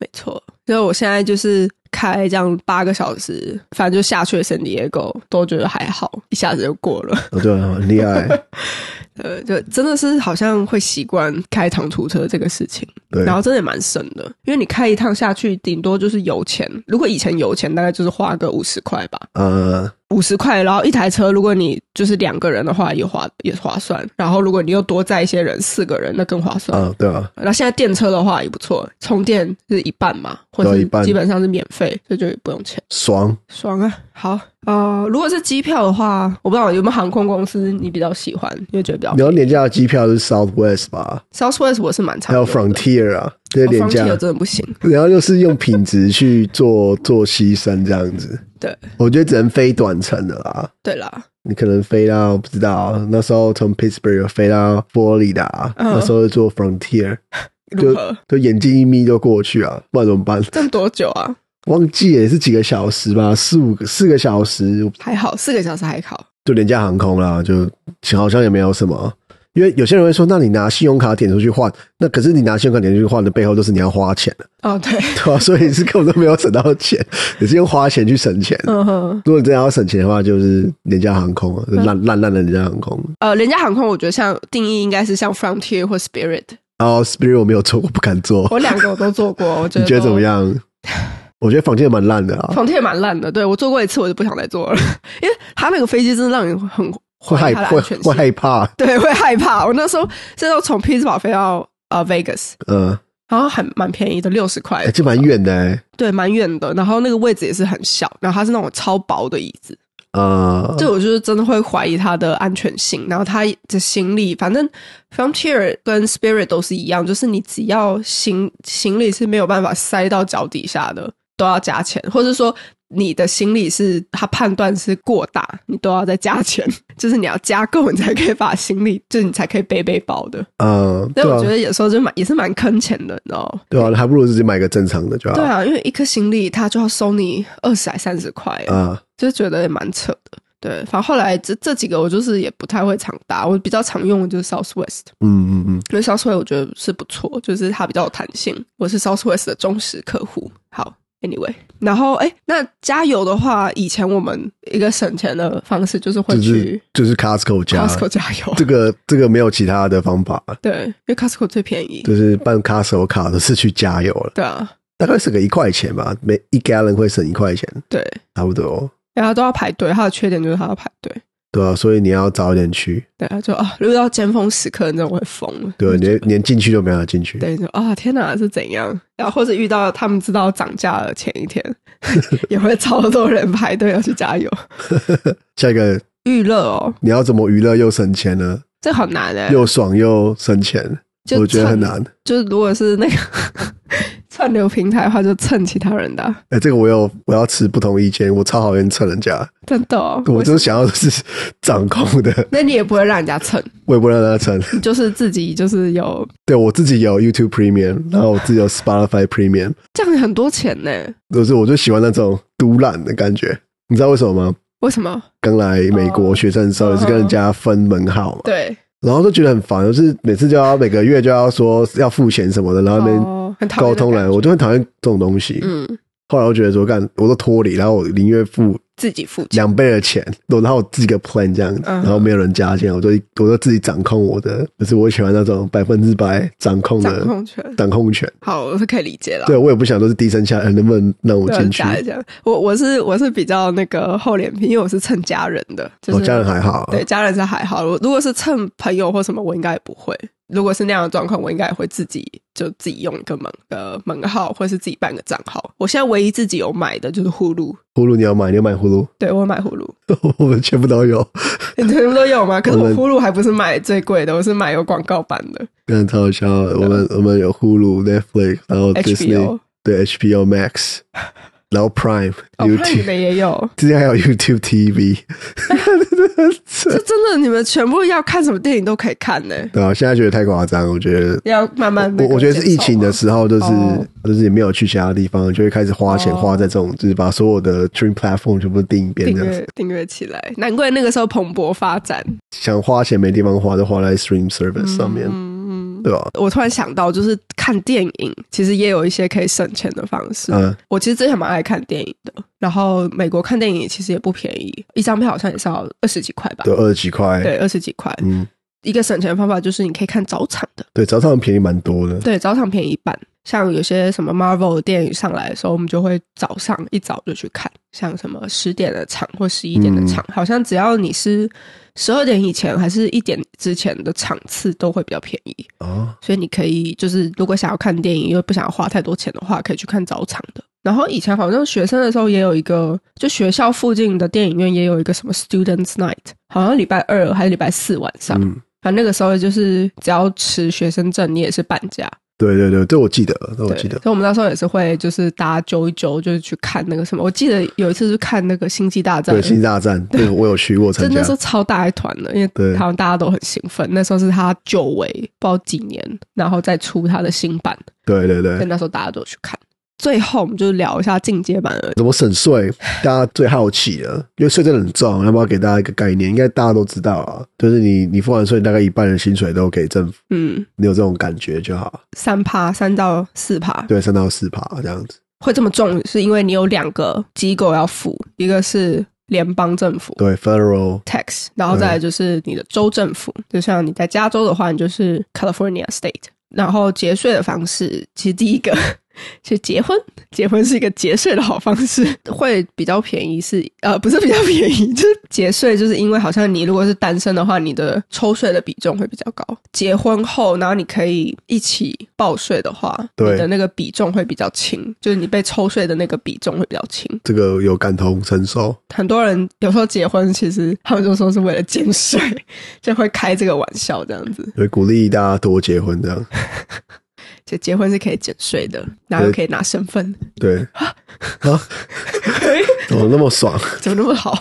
Speaker 2: 没错。所以我现在就是开这样八个小时，反正就下去了圣地 Diego 都觉得还好，一下子就过了。
Speaker 1: 哦，对啊，很厉害。
Speaker 2: 呃，就真的是好像会习惯开长途车这个事情，
Speaker 1: 对，
Speaker 2: 然后真的也蛮省的，因为你开一趟下去，顶多就是油钱。如果以前油钱大概就是花个五十块吧，
Speaker 1: 呃，
Speaker 2: 五十块，然后一台车，如果你就是两个人的话，也划也划算。然后如果你又多载一些人，四个人那更划算。
Speaker 1: 啊，对啊，
Speaker 2: 那现在电车的话也不错，充电是一半嘛，或者
Speaker 1: 对一半
Speaker 2: 基本上是免费，所以就不用钱，
Speaker 1: 爽。
Speaker 2: 爽啊！好，呃，如果是机票的话，我不知道有没有航空公司你比较喜欢，因为觉得比较
Speaker 1: 你要廉价的机票是 Southwest 吧，
Speaker 2: Southwest 我是蛮常
Speaker 1: 还有
Speaker 2: 用的
Speaker 1: Frontier 啊，这些
Speaker 2: 哦
Speaker 1: 廉价
Speaker 2: Frontier 真的不行，
Speaker 1: 然后又是用品质去做做牺牲这样子。
Speaker 2: 对
Speaker 1: 我觉得只能飞短程的啦。
Speaker 2: 对啦，
Speaker 1: 你可能飞到不知道，那时候从 Pittsburgh 飞到佛罗里达，
Speaker 2: 嗯
Speaker 1: 那时候就坐 Frontier，
Speaker 2: 如何？
Speaker 1: 就眼睛一眯就过去啊，不然怎么办？
Speaker 2: 这样多久啊？
Speaker 1: 忘记了也是几个小时吧，四五个四个小时
Speaker 2: 还好，四个小时还好，
Speaker 1: 就廉价航空啦，就好像也没有什么。因为有些人会说，那你拿信用卡点出去换，那可是你拿信用卡点出去换的背后都是你要花钱的，
Speaker 2: 哦对，
Speaker 1: 对吧、 所以是根本都没有省到钱，你是用花钱去省钱。
Speaker 2: 嗯哼。
Speaker 1: 如果你真的要省钱的话，就是廉价航空啊，就烂烂烂的廉价航空。
Speaker 2: 呃，廉价航空我觉得像定义应该是像 Frontier 或 Spirit，
Speaker 1: 然后 Spirit 我没有做，我不敢做。
Speaker 2: 我两个我都坐过，我觉得
Speaker 1: 哦 你觉得
Speaker 2: 都
Speaker 1: 怎么？样？我觉得房间蛮烂的啊，
Speaker 2: Frontier 蛮烂的，对我坐过一次我就不想再坐了， 因为他那个飞机真的让人很
Speaker 1: 会害
Speaker 2: 它的
Speaker 1: 会
Speaker 2: 安全
Speaker 1: 会
Speaker 2: 性
Speaker 1: 害怕，
Speaker 2: 对会害怕。我那时候是要从匹兹堡飞到呃 Vegas，
Speaker 1: 嗯，
Speaker 2: 然后还蛮便宜的，六十块
Speaker 1: 哎，这蛮远的欸，
Speaker 2: 对，蛮远的。然后那个位置也是很小，然后它是那种超薄的椅子，
Speaker 1: 呃，
Speaker 2: 就我就是真的会怀疑它的安全性。然后它的行李，反正 Frontier 跟 Spirit 都是一样，就是你只要行行李是没有办法塞到脚底下的，都要加钱，或者说你的行李是他判断是过大，你都要再加钱， 就是你要加购，你才可以把行李，就是你才可以背背包的。
Speaker 1: 呃，对
Speaker 2: 但我
Speaker 1: 啊
Speaker 2: 觉，得有时候就蛮也是蛮坑钱的，你知道吗？
Speaker 1: 对啊，还不如自己买个正常的就好。
Speaker 2: 对啊，因为一颗行李它就要收你二十还三十块，
Speaker 1: 啊，
Speaker 2: 就觉得也蛮扯的。对，反正后来这这几个我就是也不太会常搭，我比较常用的就是 Southwest，
Speaker 1: 嗯嗯嗯，
Speaker 2: 因为 Southwest 我觉得是不错，就是它比较有弹性。我是 Southwest 的忠实客户。好，Anyway，然后哎，那加油的话，以前我们一个省钱的方式就是会
Speaker 1: 就是
Speaker 2: 去
Speaker 1: 就是 Costco 加
Speaker 2: Costco 加油，
Speaker 1: 这个这个没有其他的方法，
Speaker 2: 对，因为 Costco 最便宜。
Speaker 1: 就是办 Costco 卡都是去加油了，
Speaker 2: 对啊，
Speaker 1: 大概省个一块钱吧，每一 gallon 会省一块钱，
Speaker 2: 对，
Speaker 1: 差不多，
Speaker 2: 然后都要排队，它的缺点就是它要排队。
Speaker 1: 对啊，所以你要早一点去，
Speaker 2: 对啊，就啊，如果到尖峰时刻，你真的会疯了。
Speaker 1: 对，啊
Speaker 2: 就
Speaker 1: 连连进去都没有进去，
Speaker 2: 对，就啊、天哪，是怎样？然后或者遇到他们知道涨价的前一天， 也会超多人排队要去加油。
Speaker 1: 下一个
Speaker 2: 预热哦，
Speaker 1: 你要怎么娱乐又省钱呢？
Speaker 2: 这好难哎、
Speaker 1: 又爽又省钱，
Speaker 2: 就
Speaker 1: 我觉得
Speaker 2: 趁
Speaker 1: 很难。
Speaker 2: 就是如果是 那个串流平台的话，就蹭其他人的啊，
Speaker 1: 哎、这个我有我要持不同意见，我超讨厌蹭人家，
Speaker 2: 真的、哦。
Speaker 1: 我
Speaker 2: 为什
Speaker 1: 就是想要的是掌控的，
Speaker 2: 那你也不会让人家蹭，
Speaker 1: 我也不让他蹭。
Speaker 2: 你就是自己就是有
Speaker 1: 对我自己有 YouTube Premium，然后我自己有 Spotify Premium，
Speaker 2: 这样很多钱呢、
Speaker 1: 就是我就喜欢那种独揽的感觉，你知道为什么吗？
Speaker 2: 为什么？
Speaker 1: 刚来美国学生的时候，也是跟人家分门号嘛，
Speaker 2: 哦嗯对，
Speaker 1: 然后都觉得很烦，就是每次就要每个月就要说要付钱什么的，然后那边
Speaker 2: 哦，
Speaker 1: 的
Speaker 2: 很讨厌
Speaker 1: 沟
Speaker 2: 的
Speaker 1: 通
Speaker 2: 感
Speaker 1: 来，
Speaker 2: 觉
Speaker 1: 我就很讨厌这种东西。
Speaker 2: 嗯，
Speaker 1: 后来我觉得说，干我都脱离，然后我宁愿付
Speaker 2: 自己付钱，
Speaker 1: 两倍的钱，我然后自己个 plan 这样子，
Speaker 2: 嗯
Speaker 1: 然后没有人加钱，我都我都自己掌控我的，就是我喜欢那种百分之百掌控
Speaker 2: 掌
Speaker 1: 的
Speaker 2: 控权。
Speaker 1: 掌控权。
Speaker 2: 好，我是可以理解了。
Speaker 1: 对我也不想都是低声下，呃能不能让我
Speaker 2: 对，啊
Speaker 1: 进去？
Speaker 2: 假的假的我我是我是比较那个厚脸皮，因为我是蹭家人的，就是、
Speaker 1: 我家人还好啊，
Speaker 2: 对家人是还好。我如果是蹭朋友或什么，我应该也不会。如果是那样的状况，我应该也会自己就自己用一个门呃门号，或是自己办个账号。我现在唯一自己有买的就是呼噜，
Speaker 1: 呼噜你要买，你要买呼噜，
Speaker 2: 对我有买呼噜，
Speaker 1: 我们全部都有，
Speaker 2: 你全部都有吗？可是
Speaker 1: 我
Speaker 2: 我
Speaker 1: 们
Speaker 2: 呼噜还不是买最贵的，我是买有广告版的
Speaker 1: 真的超好笑
Speaker 2: 啊
Speaker 1: 的。我们我们有呼噜、Netflix，然后 Disney，
Speaker 2: HBO。
Speaker 1: 对 HBO Max，然后 Prime、
Speaker 2: 哦，那你
Speaker 1: YouTube，
Speaker 2: 们也 有？
Speaker 1: 之前还有 YouTube TV，
Speaker 2: 这真的，你们全部要看什么电影都可以看呢、
Speaker 1: 对啊，现在觉得太夸张，我觉得
Speaker 2: 要慢慢那
Speaker 1: 我
Speaker 2: 个
Speaker 1: 我觉得是疫
Speaker 2: 减少
Speaker 1: 情的
Speaker 2: 吗
Speaker 1: 时候，就是、
Speaker 2: 哦
Speaker 1: 就是你没有去其他地方，就会开始花钱
Speaker 2: 哦
Speaker 1: 花在这种，就是把所有的 stream platform 全部订一遍
Speaker 2: 订
Speaker 1: 这样子
Speaker 2: 阅。订阅起来，难怪那个时候蓬勃发展。
Speaker 1: 想花钱没地方花，就花在 stream service 上面，
Speaker 2: 嗯，嗯
Speaker 1: 对吧？
Speaker 2: 我突然想到，就是看电影，其实也有一些可以省钱的方式。
Speaker 1: 嗯，
Speaker 2: 我其实之前蛮爱看电影的，然后美国看电影其实也不便宜，一张票好像也是要二十几块吧
Speaker 1: 对，，二十几块，
Speaker 2: 对，二十几块。
Speaker 1: 嗯，
Speaker 2: 一个省钱的方法就是你可以看早场的，
Speaker 1: 对，早上便宜蛮多的，
Speaker 2: 对，早场便宜一半。像有些什么 Marvel 的电影上来的时候，我们就会早上一早就去看，像什么十点的场或十一点的场，好像只要你是十二点以前还是一点之前的场次都会比较便宜，
Speaker 1: 哦，
Speaker 2: 所以你可以就是如果想要看电影又不想要花太多钱的话，可以去看早场的。然后以前好像学生的时候也有一个，就学校附近的电影院也有一个什么 Students Night，好像礼拜二还是礼拜四晚上，
Speaker 1: 嗯，
Speaker 2: 反正那个时候就是只要持学生证，你也是半价。
Speaker 1: 对对对，这我记得，这我
Speaker 2: 对，
Speaker 1: 记得，
Speaker 2: 所以我们那时候也是会就是大家揪一揪，就是去看那个什么。我记得有一次是看那个《星际大战
Speaker 1: 对，》，星际大 战，对我有去，我有参
Speaker 2: 真
Speaker 1: 加
Speaker 2: 的，是超大一团的，因
Speaker 1: 对
Speaker 2: 为好像大家都很兴奋。那时候是他久违，不知道几年，然后再出他的新版，
Speaker 1: 对对
Speaker 2: 所以
Speaker 1: 对。
Speaker 2: 那时候大家都有去看。最后我们就聊一下进阶版而已。
Speaker 1: 怎么省税？大家最好奇了，因为税真的很重，要不要给大家一个概念？应该大家都知道啊，就是你你付完税，大概一半的薪水都给政府，
Speaker 2: 嗯，
Speaker 1: 你有这种感觉就好。
Speaker 2: 三趴三到四趴
Speaker 1: 对，三到四趴这样子。
Speaker 2: 会这么重，是因为你有两个机构要付，一个是联邦政府，
Speaker 1: 对，federal
Speaker 2: tax，然后再来就是你的州政府，就像你在加州的话，你就是 California state。然后节税的方式，其实第一个 是结婚，结婚是一个节税的好方式， 会比较便宜是呃不是比较便宜， 就是节税，就是因为好像你如果是单身的话，你的抽税的比重会比较高。结婚后，然后你可以一起报税的话，
Speaker 1: 对
Speaker 2: 你的那个比重会比较轻，就是你被抽税的那个比重会比较轻。
Speaker 1: 这个有感同身受，
Speaker 2: 很多人有时候结婚，其实他们就说是为了减税，就会开这个玩笑这样子。
Speaker 1: 对，鼓励大家多结婚这样。
Speaker 2: 就结婚是可以减税的，然后又可以拿身份，
Speaker 1: 对啊，
Speaker 2: 哎
Speaker 1: 怎么那么爽？
Speaker 2: 怎么那么好？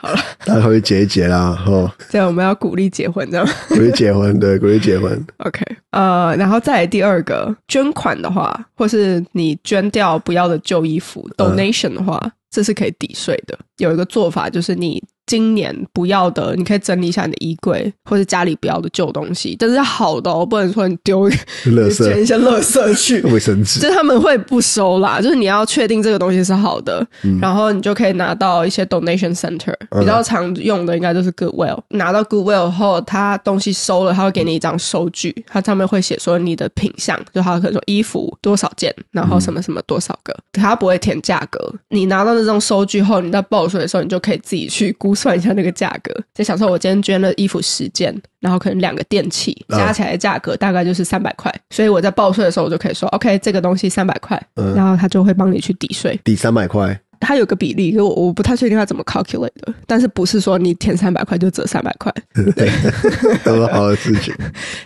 Speaker 2: 好了，
Speaker 1: 大家会结一结啦，哦，
Speaker 2: 这样我们要鼓励结婚，这样
Speaker 1: 鼓励结婚，对，鼓励结婚，
Speaker 2: OK。呃，然后再来第二个，捐款的话，或是你捐掉不要的旧衣服、
Speaker 1: 嗯
Speaker 2: donation 的话，这是可以抵税的。有一个做法就是你。今年不要的，你可以整理一下你的衣柜，或者家里不要的旧东西，但是要好的哦，不能说你丢一个
Speaker 1: 乐
Speaker 2: 就
Speaker 1: 色
Speaker 2: 捐一些垃圾去。
Speaker 1: 卫生纸，
Speaker 2: 就是他们会不收啦，就是你要确定这个东西是好的，然后你就可以拿到一些 donation center，、比较常用的应该就是 Goodwill。拿到 Goodwill 后，他东西收了，他会给你一张收据，它上面会写说你的品相，就他可能说衣服多少件，然后什么什么多少个，他不会填价格。你拿到那张收据后，你在报税的时候，你就可以自己去估算一下那个价格。就想说，我今天捐了衣服十件，然后可能两个电器
Speaker 1: 嗯
Speaker 2: 加起来价格大概就是三百块，所以我在报税的时候，我就可以说，OK，这个东西三百块，
Speaker 1: 嗯
Speaker 2: 然后他就会帮你去抵税。
Speaker 1: 抵三百块，
Speaker 2: 它有个比例，我我不太确定它怎么 calculate 的，但是不是说你填三百块就折三百块，
Speaker 1: 多么好的事情。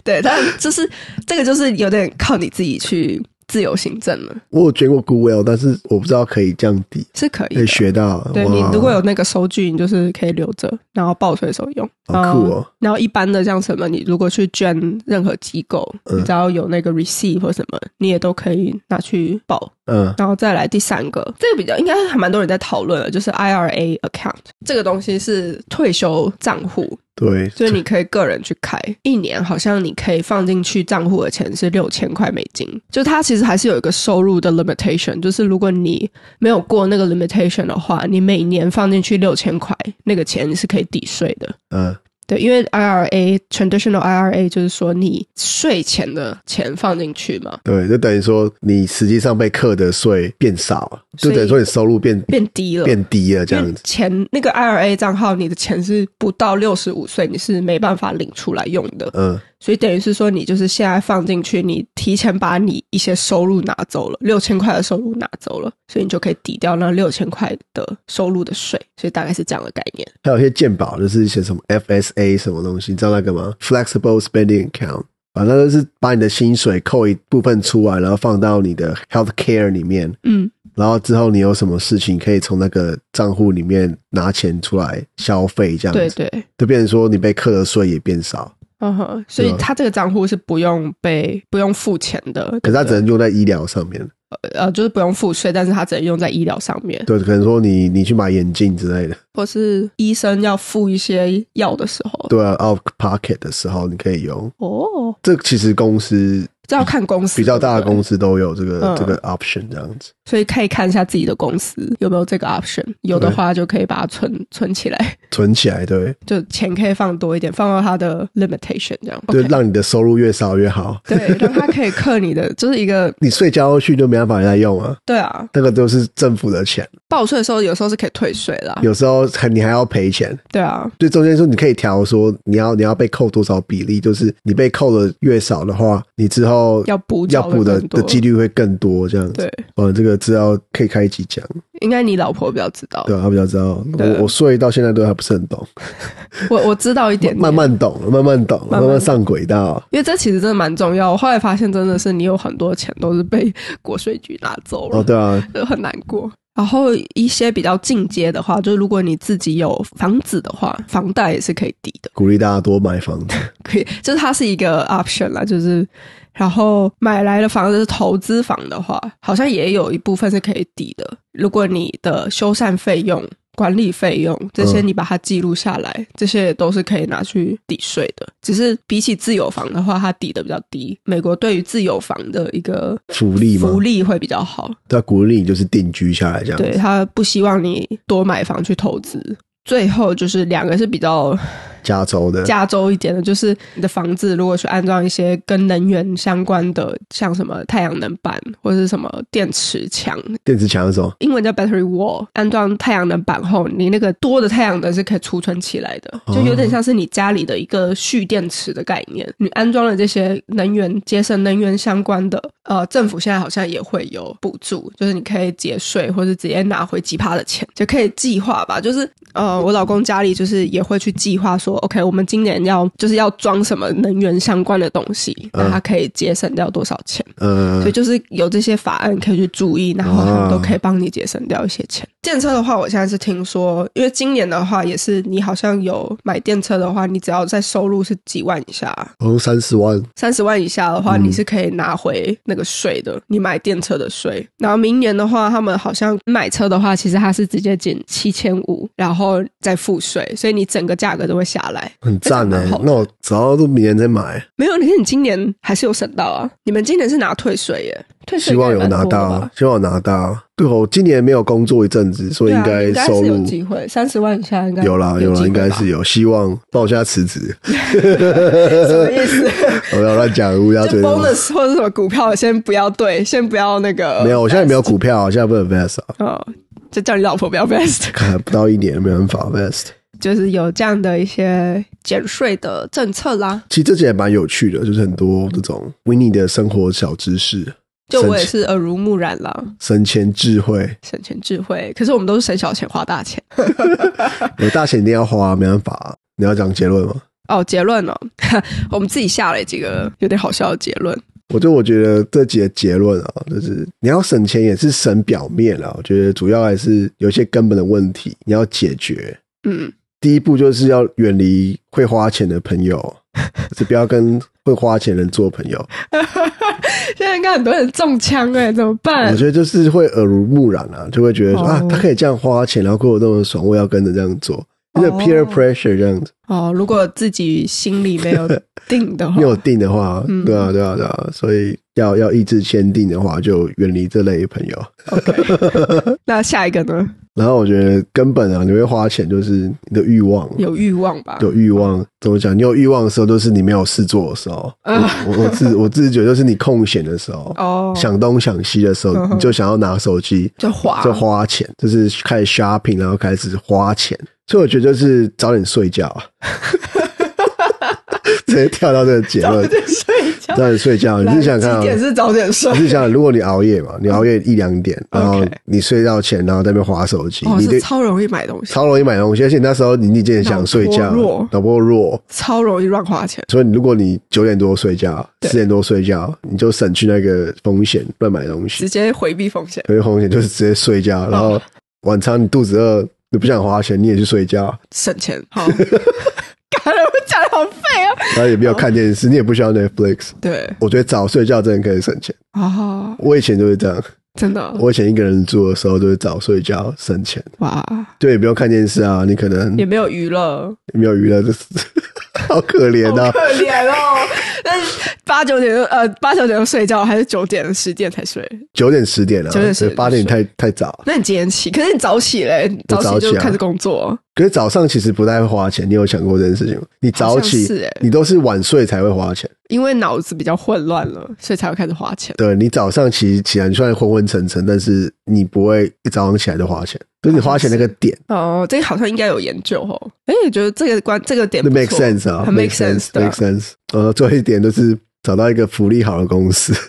Speaker 2: 对，但就是这个就是有点靠你自己去自由行政了，
Speaker 1: 我有捐过 Goodwill，但是我不知道可以这样抵，
Speaker 2: 是可
Speaker 1: 可
Speaker 2: 以
Speaker 1: 以
Speaker 2: 的。
Speaker 1: 学到。
Speaker 2: 对
Speaker 1: 哎哇
Speaker 2: 你如果有那个收据，你就是可以留着，然后报税的时候用。
Speaker 1: 好酷哦
Speaker 2: 然后一般的像什么，你如果去捐任何机构，
Speaker 1: 嗯
Speaker 2: 你只要有那个 receipt 或什么，你也都可以拿去报。
Speaker 1: 嗯，
Speaker 2: 然后再来第三个，这个比较应该还蛮多人在讨论的，就是 IRA account 这个东西是退休账户。
Speaker 1: 对，
Speaker 2: 所以你可以个人去开，一年好像你可以放进去账户的钱是六千块美金，就它其实还是有一个收入的 limitation，就是如果你没有过那个 limitation 的话，你每年放进去六千块，那个钱你是可以抵税的。
Speaker 1: 嗯
Speaker 2: 对，因为 IRA traditional IRA 就是说你税前的钱放进去嘛，
Speaker 1: 对，就等于说你实际上被课的税变少了，就
Speaker 2: 所以
Speaker 1: 等于说你收入变
Speaker 2: 变低了，
Speaker 1: 变低了这
Speaker 2: 因为
Speaker 1: 样子。
Speaker 2: 钱那个 IRA 账号，你的钱是不到六十五岁你是没办法领出来用的，
Speaker 1: 嗯，
Speaker 2: 所以等于是说你就是现在放进去，你提前把你一些收入拿走了，六千块的收入拿走了，所以你就可以抵掉那六千块的收入的税，所以大概是这样的概念。
Speaker 1: 还有一些鉴宝，就是写什么 FSA 什么东西，你知道那个吗？Flexible Spending Account，反正就是把你的薪水扣一部分出来，然后放到你的 health care 里面，
Speaker 2: 嗯，
Speaker 1: 然后之后你有什么事情可以从那个账户里面拿钱出来消费，这样子，
Speaker 2: 对对，
Speaker 1: 就变成说你被课的税也变少，
Speaker 2: 嗯哼，所以
Speaker 1: 对啊
Speaker 2: 他这个账户是不用被不用付钱的，
Speaker 1: 可是它
Speaker 2: 对不
Speaker 1: 只能用在医疗上面。
Speaker 2: 对呃就是不用付税，但是他只能用在医疗上面，
Speaker 1: 对，可能说你你去买眼镜之类的，
Speaker 2: 或是医生要付一些药的时候。
Speaker 1: 对啊，out pocket 的时候你可以用。
Speaker 2: 哦，
Speaker 1: 这其实公司
Speaker 2: 这要看公司，
Speaker 1: 比较大的
Speaker 2: 司。
Speaker 1: 公司都有这个、
Speaker 2: 嗯
Speaker 1: 这个 option 这样子。
Speaker 2: 所以可以看一下自己的公司有没有这个 option，有的话就可以把它存存起来，
Speaker 1: 存起来，对
Speaker 2: 就钱可以放多一点，放到它的 limitation 这样。
Speaker 1: 就
Speaker 2: OK
Speaker 1: 让你的收入越少越好。
Speaker 2: 对，让它可以克你的， 就是一个
Speaker 1: 你睡觉去就没办法再用啊，
Speaker 2: 对啊，
Speaker 1: 那个都是政府的钱，
Speaker 2: 报税的时候有时候是可以退税啦，
Speaker 1: 有时候还你还要赔钱。
Speaker 2: 对啊，
Speaker 1: 最中间说你可以调说你要你要被扣多少比例，就是你被扣的越少的话，你之后
Speaker 2: 要补
Speaker 1: 要补的
Speaker 2: 更多
Speaker 1: 的几率会更多这样子。
Speaker 2: 对，
Speaker 1: 哦，这个资料可以开一集讲，
Speaker 2: 应该你老婆比较知道，
Speaker 1: 对啊，他比较知道。
Speaker 2: 对
Speaker 1: 我我睡到现在都还不是很懂，
Speaker 2: 我我知道一点点
Speaker 1: 慢。慢懂，慢慢懂，
Speaker 2: 慢慢
Speaker 1: 慢慢上轨道。
Speaker 2: 因为这其实真的蛮重要，我后来发现真的是你有很多钱都是被国税局拿走了。
Speaker 1: 哦，对啊，
Speaker 2: 就很难过。然后一些比较进阶的话，就是如果你自己有房子的话，房贷也是可以抵的，
Speaker 1: 鼓励大家多买房子。
Speaker 2: 可以，就是它是一个 option 啦。就是然后买来的房子是投资房的话，好像也有一部分是可以抵的。如果你的修缮费用、管理费用这些
Speaker 1: 嗯
Speaker 2: 你把它记录下来，这些也都是可以拿去抵税的。只是比起自有房的话，它抵的比较低。美国对于自有房的一个
Speaker 1: 福利嘛
Speaker 2: 福，利会比较好。
Speaker 1: 对啊，鼓励你就是定居下来这样子。
Speaker 2: 对他不希望你多买房去投资。最后就是两个是比较
Speaker 1: 加州的，
Speaker 2: 加州一点的，就是你的房子如果去安装一些跟能源相关的，像什么太阳能板或者是什么电池墙，
Speaker 1: 电磁墙的时候，
Speaker 2: 英文叫 battery wall，安装太阳能板后，你那个多的太阳能是可以储存起来的，
Speaker 1: 哦
Speaker 2: 就有点像是你家里的一个蓄电池的概念。你安装了这些能源节省能源相关的，呃，政府现在好像也会有补助，就是你可以节税或者直接拿回几趴的钱，就可以计划吧。就是呃，我老公家里就是也会去计划说，OK，我们今年要就是要装什么能源相关的东西，
Speaker 1: 嗯
Speaker 2: 那它可以节省掉多少钱。
Speaker 1: 呃
Speaker 2: 所以，就是有这些法案可以去注意，然后他们都可以帮你节省掉一些
Speaker 1: 哦
Speaker 2: 钱。电车的话，我现在是听说，因为今年的话也是，你好像有买电车的话，你只要在收入是几万以下，
Speaker 1: 好像哦三十万，
Speaker 2: 三十万以下的话，
Speaker 1: 嗯
Speaker 2: 你是可以拿回那个税的，你买电车的税。然后明年的话，他们好像买车的话，其实它是直接减七千五，然后再付税，所以你整个价格都会下来。
Speaker 1: 很赞呢、
Speaker 2: 这样蛮好的
Speaker 1: 那我早都明年再买，
Speaker 2: 没有，可是你今年还是有省到啊？你们今年是拿退税耶？退税
Speaker 1: 希望
Speaker 2: 应该
Speaker 1: 有
Speaker 2: 蛮
Speaker 1: 拿
Speaker 2: 多的吧
Speaker 1: 到，希啊望有拿到。对哦，我今年没有工作一阵子，所以
Speaker 2: 对啊
Speaker 1: 应该
Speaker 2: 应该
Speaker 1: 收
Speaker 2: 是有
Speaker 1: 入
Speaker 2: 机会，三十万以下应该
Speaker 1: 有啦
Speaker 2: 有
Speaker 1: 啦，
Speaker 2: 机
Speaker 1: 应
Speaker 2: 会
Speaker 1: 该
Speaker 2: 吧
Speaker 1: 是有希望。帮我现在辞职，
Speaker 2: 什么意思？
Speaker 1: 我要乱讲乌鸦
Speaker 2: 就
Speaker 1: 嘴。
Speaker 2: bonus 或者什么股票，先不要对，先不要那个。
Speaker 1: 没有，我现在
Speaker 2: 呃
Speaker 1: 没有股票，我现在不能 vest 啊，
Speaker 2: 哦，就叫你老婆不要 best，
Speaker 1: 看不到一年没办法 vest。
Speaker 2: 就是有这样的一些减税的政策啦。
Speaker 1: 其实这集也蛮有趣的，就是很多这种 Winnie 的生活小知识、
Speaker 2: 就我也
Speaker 1: 省
Speaker 2: 是耳濡目染啦，
Speaker 1: 省钱智慧。
Speaker 2: 省钱智慧。可是我们都是省小钱花大钱。
Speaker 1: 有大钱一定要花，没办法啊、你要讲结论吗？
Speaker 2: 哦， 结论呢、我们自己下了几个有点好笑的结论。
Speaker 1: 我就我觉得这集的结论啊，就是你要省钱也是省表面啊，我觉得主要还是有一些根本的问题你要解决。
Speaker 2: 嗯，
Speaker 1: 第一步就是要远离会花钱的朋友，就是不要跟会花钱的人做朋友。
Speaker 2: 现在应该很多人中枪哎、怎么 办
Speaker 1: 我？觉得就是会耳濡目染啊，就会觉得说、
Speaker 2: 哦
Speaker 1: 啊，他可以这样花钱，然后过得那么爽，我也要跟着这样做。就是
Speaker 2: 哦
Speaker 1: peer pressure 这样子。
Speaker 2: 哦，如果自己心里没有 定的话
Speaker 1: 没，有定的话，
Speaker 2: 嗯
Speaker 1: 对啊，对啊，对啊，所以要要意志坚定的话，就远离这类朋友。
Speaker 2: OK 那下一个呢？
Speaker 1: 然后我觉得根本啊，你会花钱就是你的欲望，
Speaker 2: 有欲望吧？
Speaker 1: 有欲望怎么讲？你有欲望的时候，都是你没有事做的时候。
Speaker 2: 嗯
Speaker 1: 我我我自我自己觉得，就是你空闲的时候，
Speaker 2: 哦，
Speaker 1: 想东想西的时候，
Speaker 2: 嗯哼
Speaker 1: 你就想要拿手机
Speaker 2: 就滑
Speaker 1: 就花钱，就是开始 shopping，然后开始花钱。所以我觉得就是早点睡觉 啊，直接跳到这个结
Speaker 2: 早
Speaker 1: 论。
Speaker 2: 点睡觉。
Speaker 1: 早点睡觉，你是想看
Speaker 2: 来
Speaker 1: 啊
Speaker 2: 几点是早点睡
Speaker 1: 你？是想，如果你熬夜 嘛，你熬夜一两点，
Speaker 2: 嗯
Speaker 1: 然后
Speaker 2: OK
Speaker 1: 你睡觉前，然后在那边划手机，
Speaker 2: 哦，
Speaker 1: 你
Speaker 2: 是
Speaker 1: 得
Speaker 2: 超容易买东西，
Speaker 1: 超容易买东西，而且那时候你你已经很想睡觉
Speaker 2: 脑波弱，
Speaker 1: 脑波弱，
Speaker 2: 超容易乱花钱。
Speaker 1: 所以你如果你九点多睡觉，
Speaker 2: 对
Speaker 1: 十点多睡觉，你就省去那个风险，乱买东西
Speaker 2: 直，接回避风险，
Speaker 1: 有些风险就是直接睡觉，然
Speaker 2: 哦
Speaker 1: 后晚餐你肚子饿，你不想花钱，你也去睡 觉，
Speaker 2: 省钱。 好，感觉我讲的好废啊。
Speaker 1: 然后也不要看电
Speaker 2: 哦
Speaker 1: 视，你也不需要 Netflix。
Speaker 2: 对
Speaker 1: 我觉得早睡觉真的可以省钱，
Speaker 2: 啊，
Speaker 1: 我以前就是这样，
Speaker 2: 真的
Speaker 1: 我以前一个人住的时候就是早睡觉省钱，
Speaker 2: 哇，
Speaker 1: 对，也不用看电视啊，你可能
Speaker 2: 也没有娱乐，
Speaker 1: 没有娱乐，就是好可怜
Speaker 2: 好
Speaker 1: 啊！
Speaker 2: 可怜 哦。但是八九点就呃八九点就睡觉，还是九点十点才睡？
Speaker 1: 九点十点啊，
Speaker 2: 9点10点
Speaker 1: 八点太太早。
Speaker 2: 那你几点起？可是你早起嘞，你
Speaker 1: 我
Speaker 2: 起
Speaker 1: 早
Speaker 2: 就
Speaker 1: 起啊
Speaker 2: 开始工作，
Speaker 1: 可是早上其实不太会花钱，你有想过这件事情吗？你早起
Speaker 2: 好像是欸，
Speaker 1: 你都是晚睡才会花钱。
Speaker 2: 因为脑子比较混乱了，所以才会开始花钱。
Speaker 1: 对你早上起起来，你虽然昏昏沉沉，但是你不会一早上起来就花钱，就是你花钱那个点，
Speaker 2: 哦，这个好像应该有研究哦。哎，我觉得这个关这个点
Speaker 1: 那
Speaker 2: 不
Speaker 1: make
Speaker 2: 错
Speaker 1: sense 啊
Speaker 2: 很
Speaker 1: make
Speaker 2: make sense 的
Speaker 1: make sense。呃，最后一点就是找到一个福利好的公司。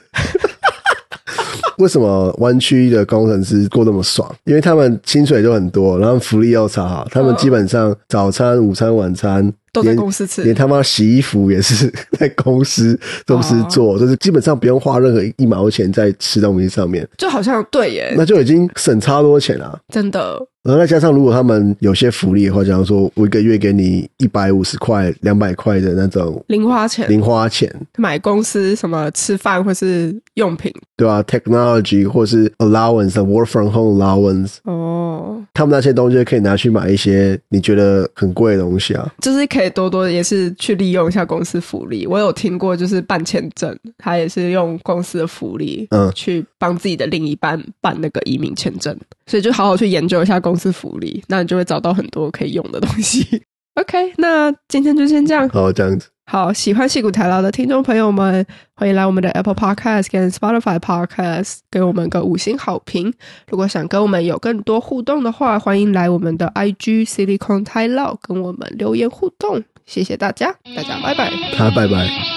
Speaker 1: 为什么湾区的工程师过那么爽？因为他们薪水就很多，然后福利又超好，他们基本上早餐、午餐、晚餐
Speaker 2: 嗯都在
Speaker 1: 连
Speaker 2: 公司吃
Speaker 1: 连他妈洗衣服也是 在公司公司
Speaker 2: 哦
Speaker 1: 做，就是基本上不用花任何一毛钱在吃东西上面，
Speaker 2: 就好像对耶，
Speaker 1: 那就已经省超多钱了。
Speaker 2: 真的
Speaker 1: 然后再加上，如果他们有些福利的话，假如说我一个月给你一百五十块、两百块的那种
Speaker 2: 零花钱
Speaker 1: 零花钱，
Speaker 2: 买公司什么吃饭或是用品
Speaker 1: 对吧、t e c h n o l o g y 或是 allowance、work from home allowance，
Speaker 2: 哦，
Speaker 1: 他们那些东西可以拿去买一些你觉得很贵的东西啊。
Speaker 2: 就是可以多多也是去利用一下公司福利。我有听过，就是办签证，他也是用公司的福利，
Speaker 1: 嗯
Speaker 2: 去帮自己的另一半办那个移民签证。所以就好好去研究一下公司福利，那你就会找到很多可以用的东西。OK，那今天就先这样。
Speaker 1: 好，这样子，
Speaker 2: 好，喜欢戏骨台劳的听众朋友们，欢迎来我们的 Apple Podcast 跟 Spotify Podcast 给我们个五星好评。如果想跟我们有更多互动的话，欢迎来我们的 IG Silicon t a i l a o 跟我们留言互动。谢谢大家，大家拜拜。
Speaker 1: 大家拜拜。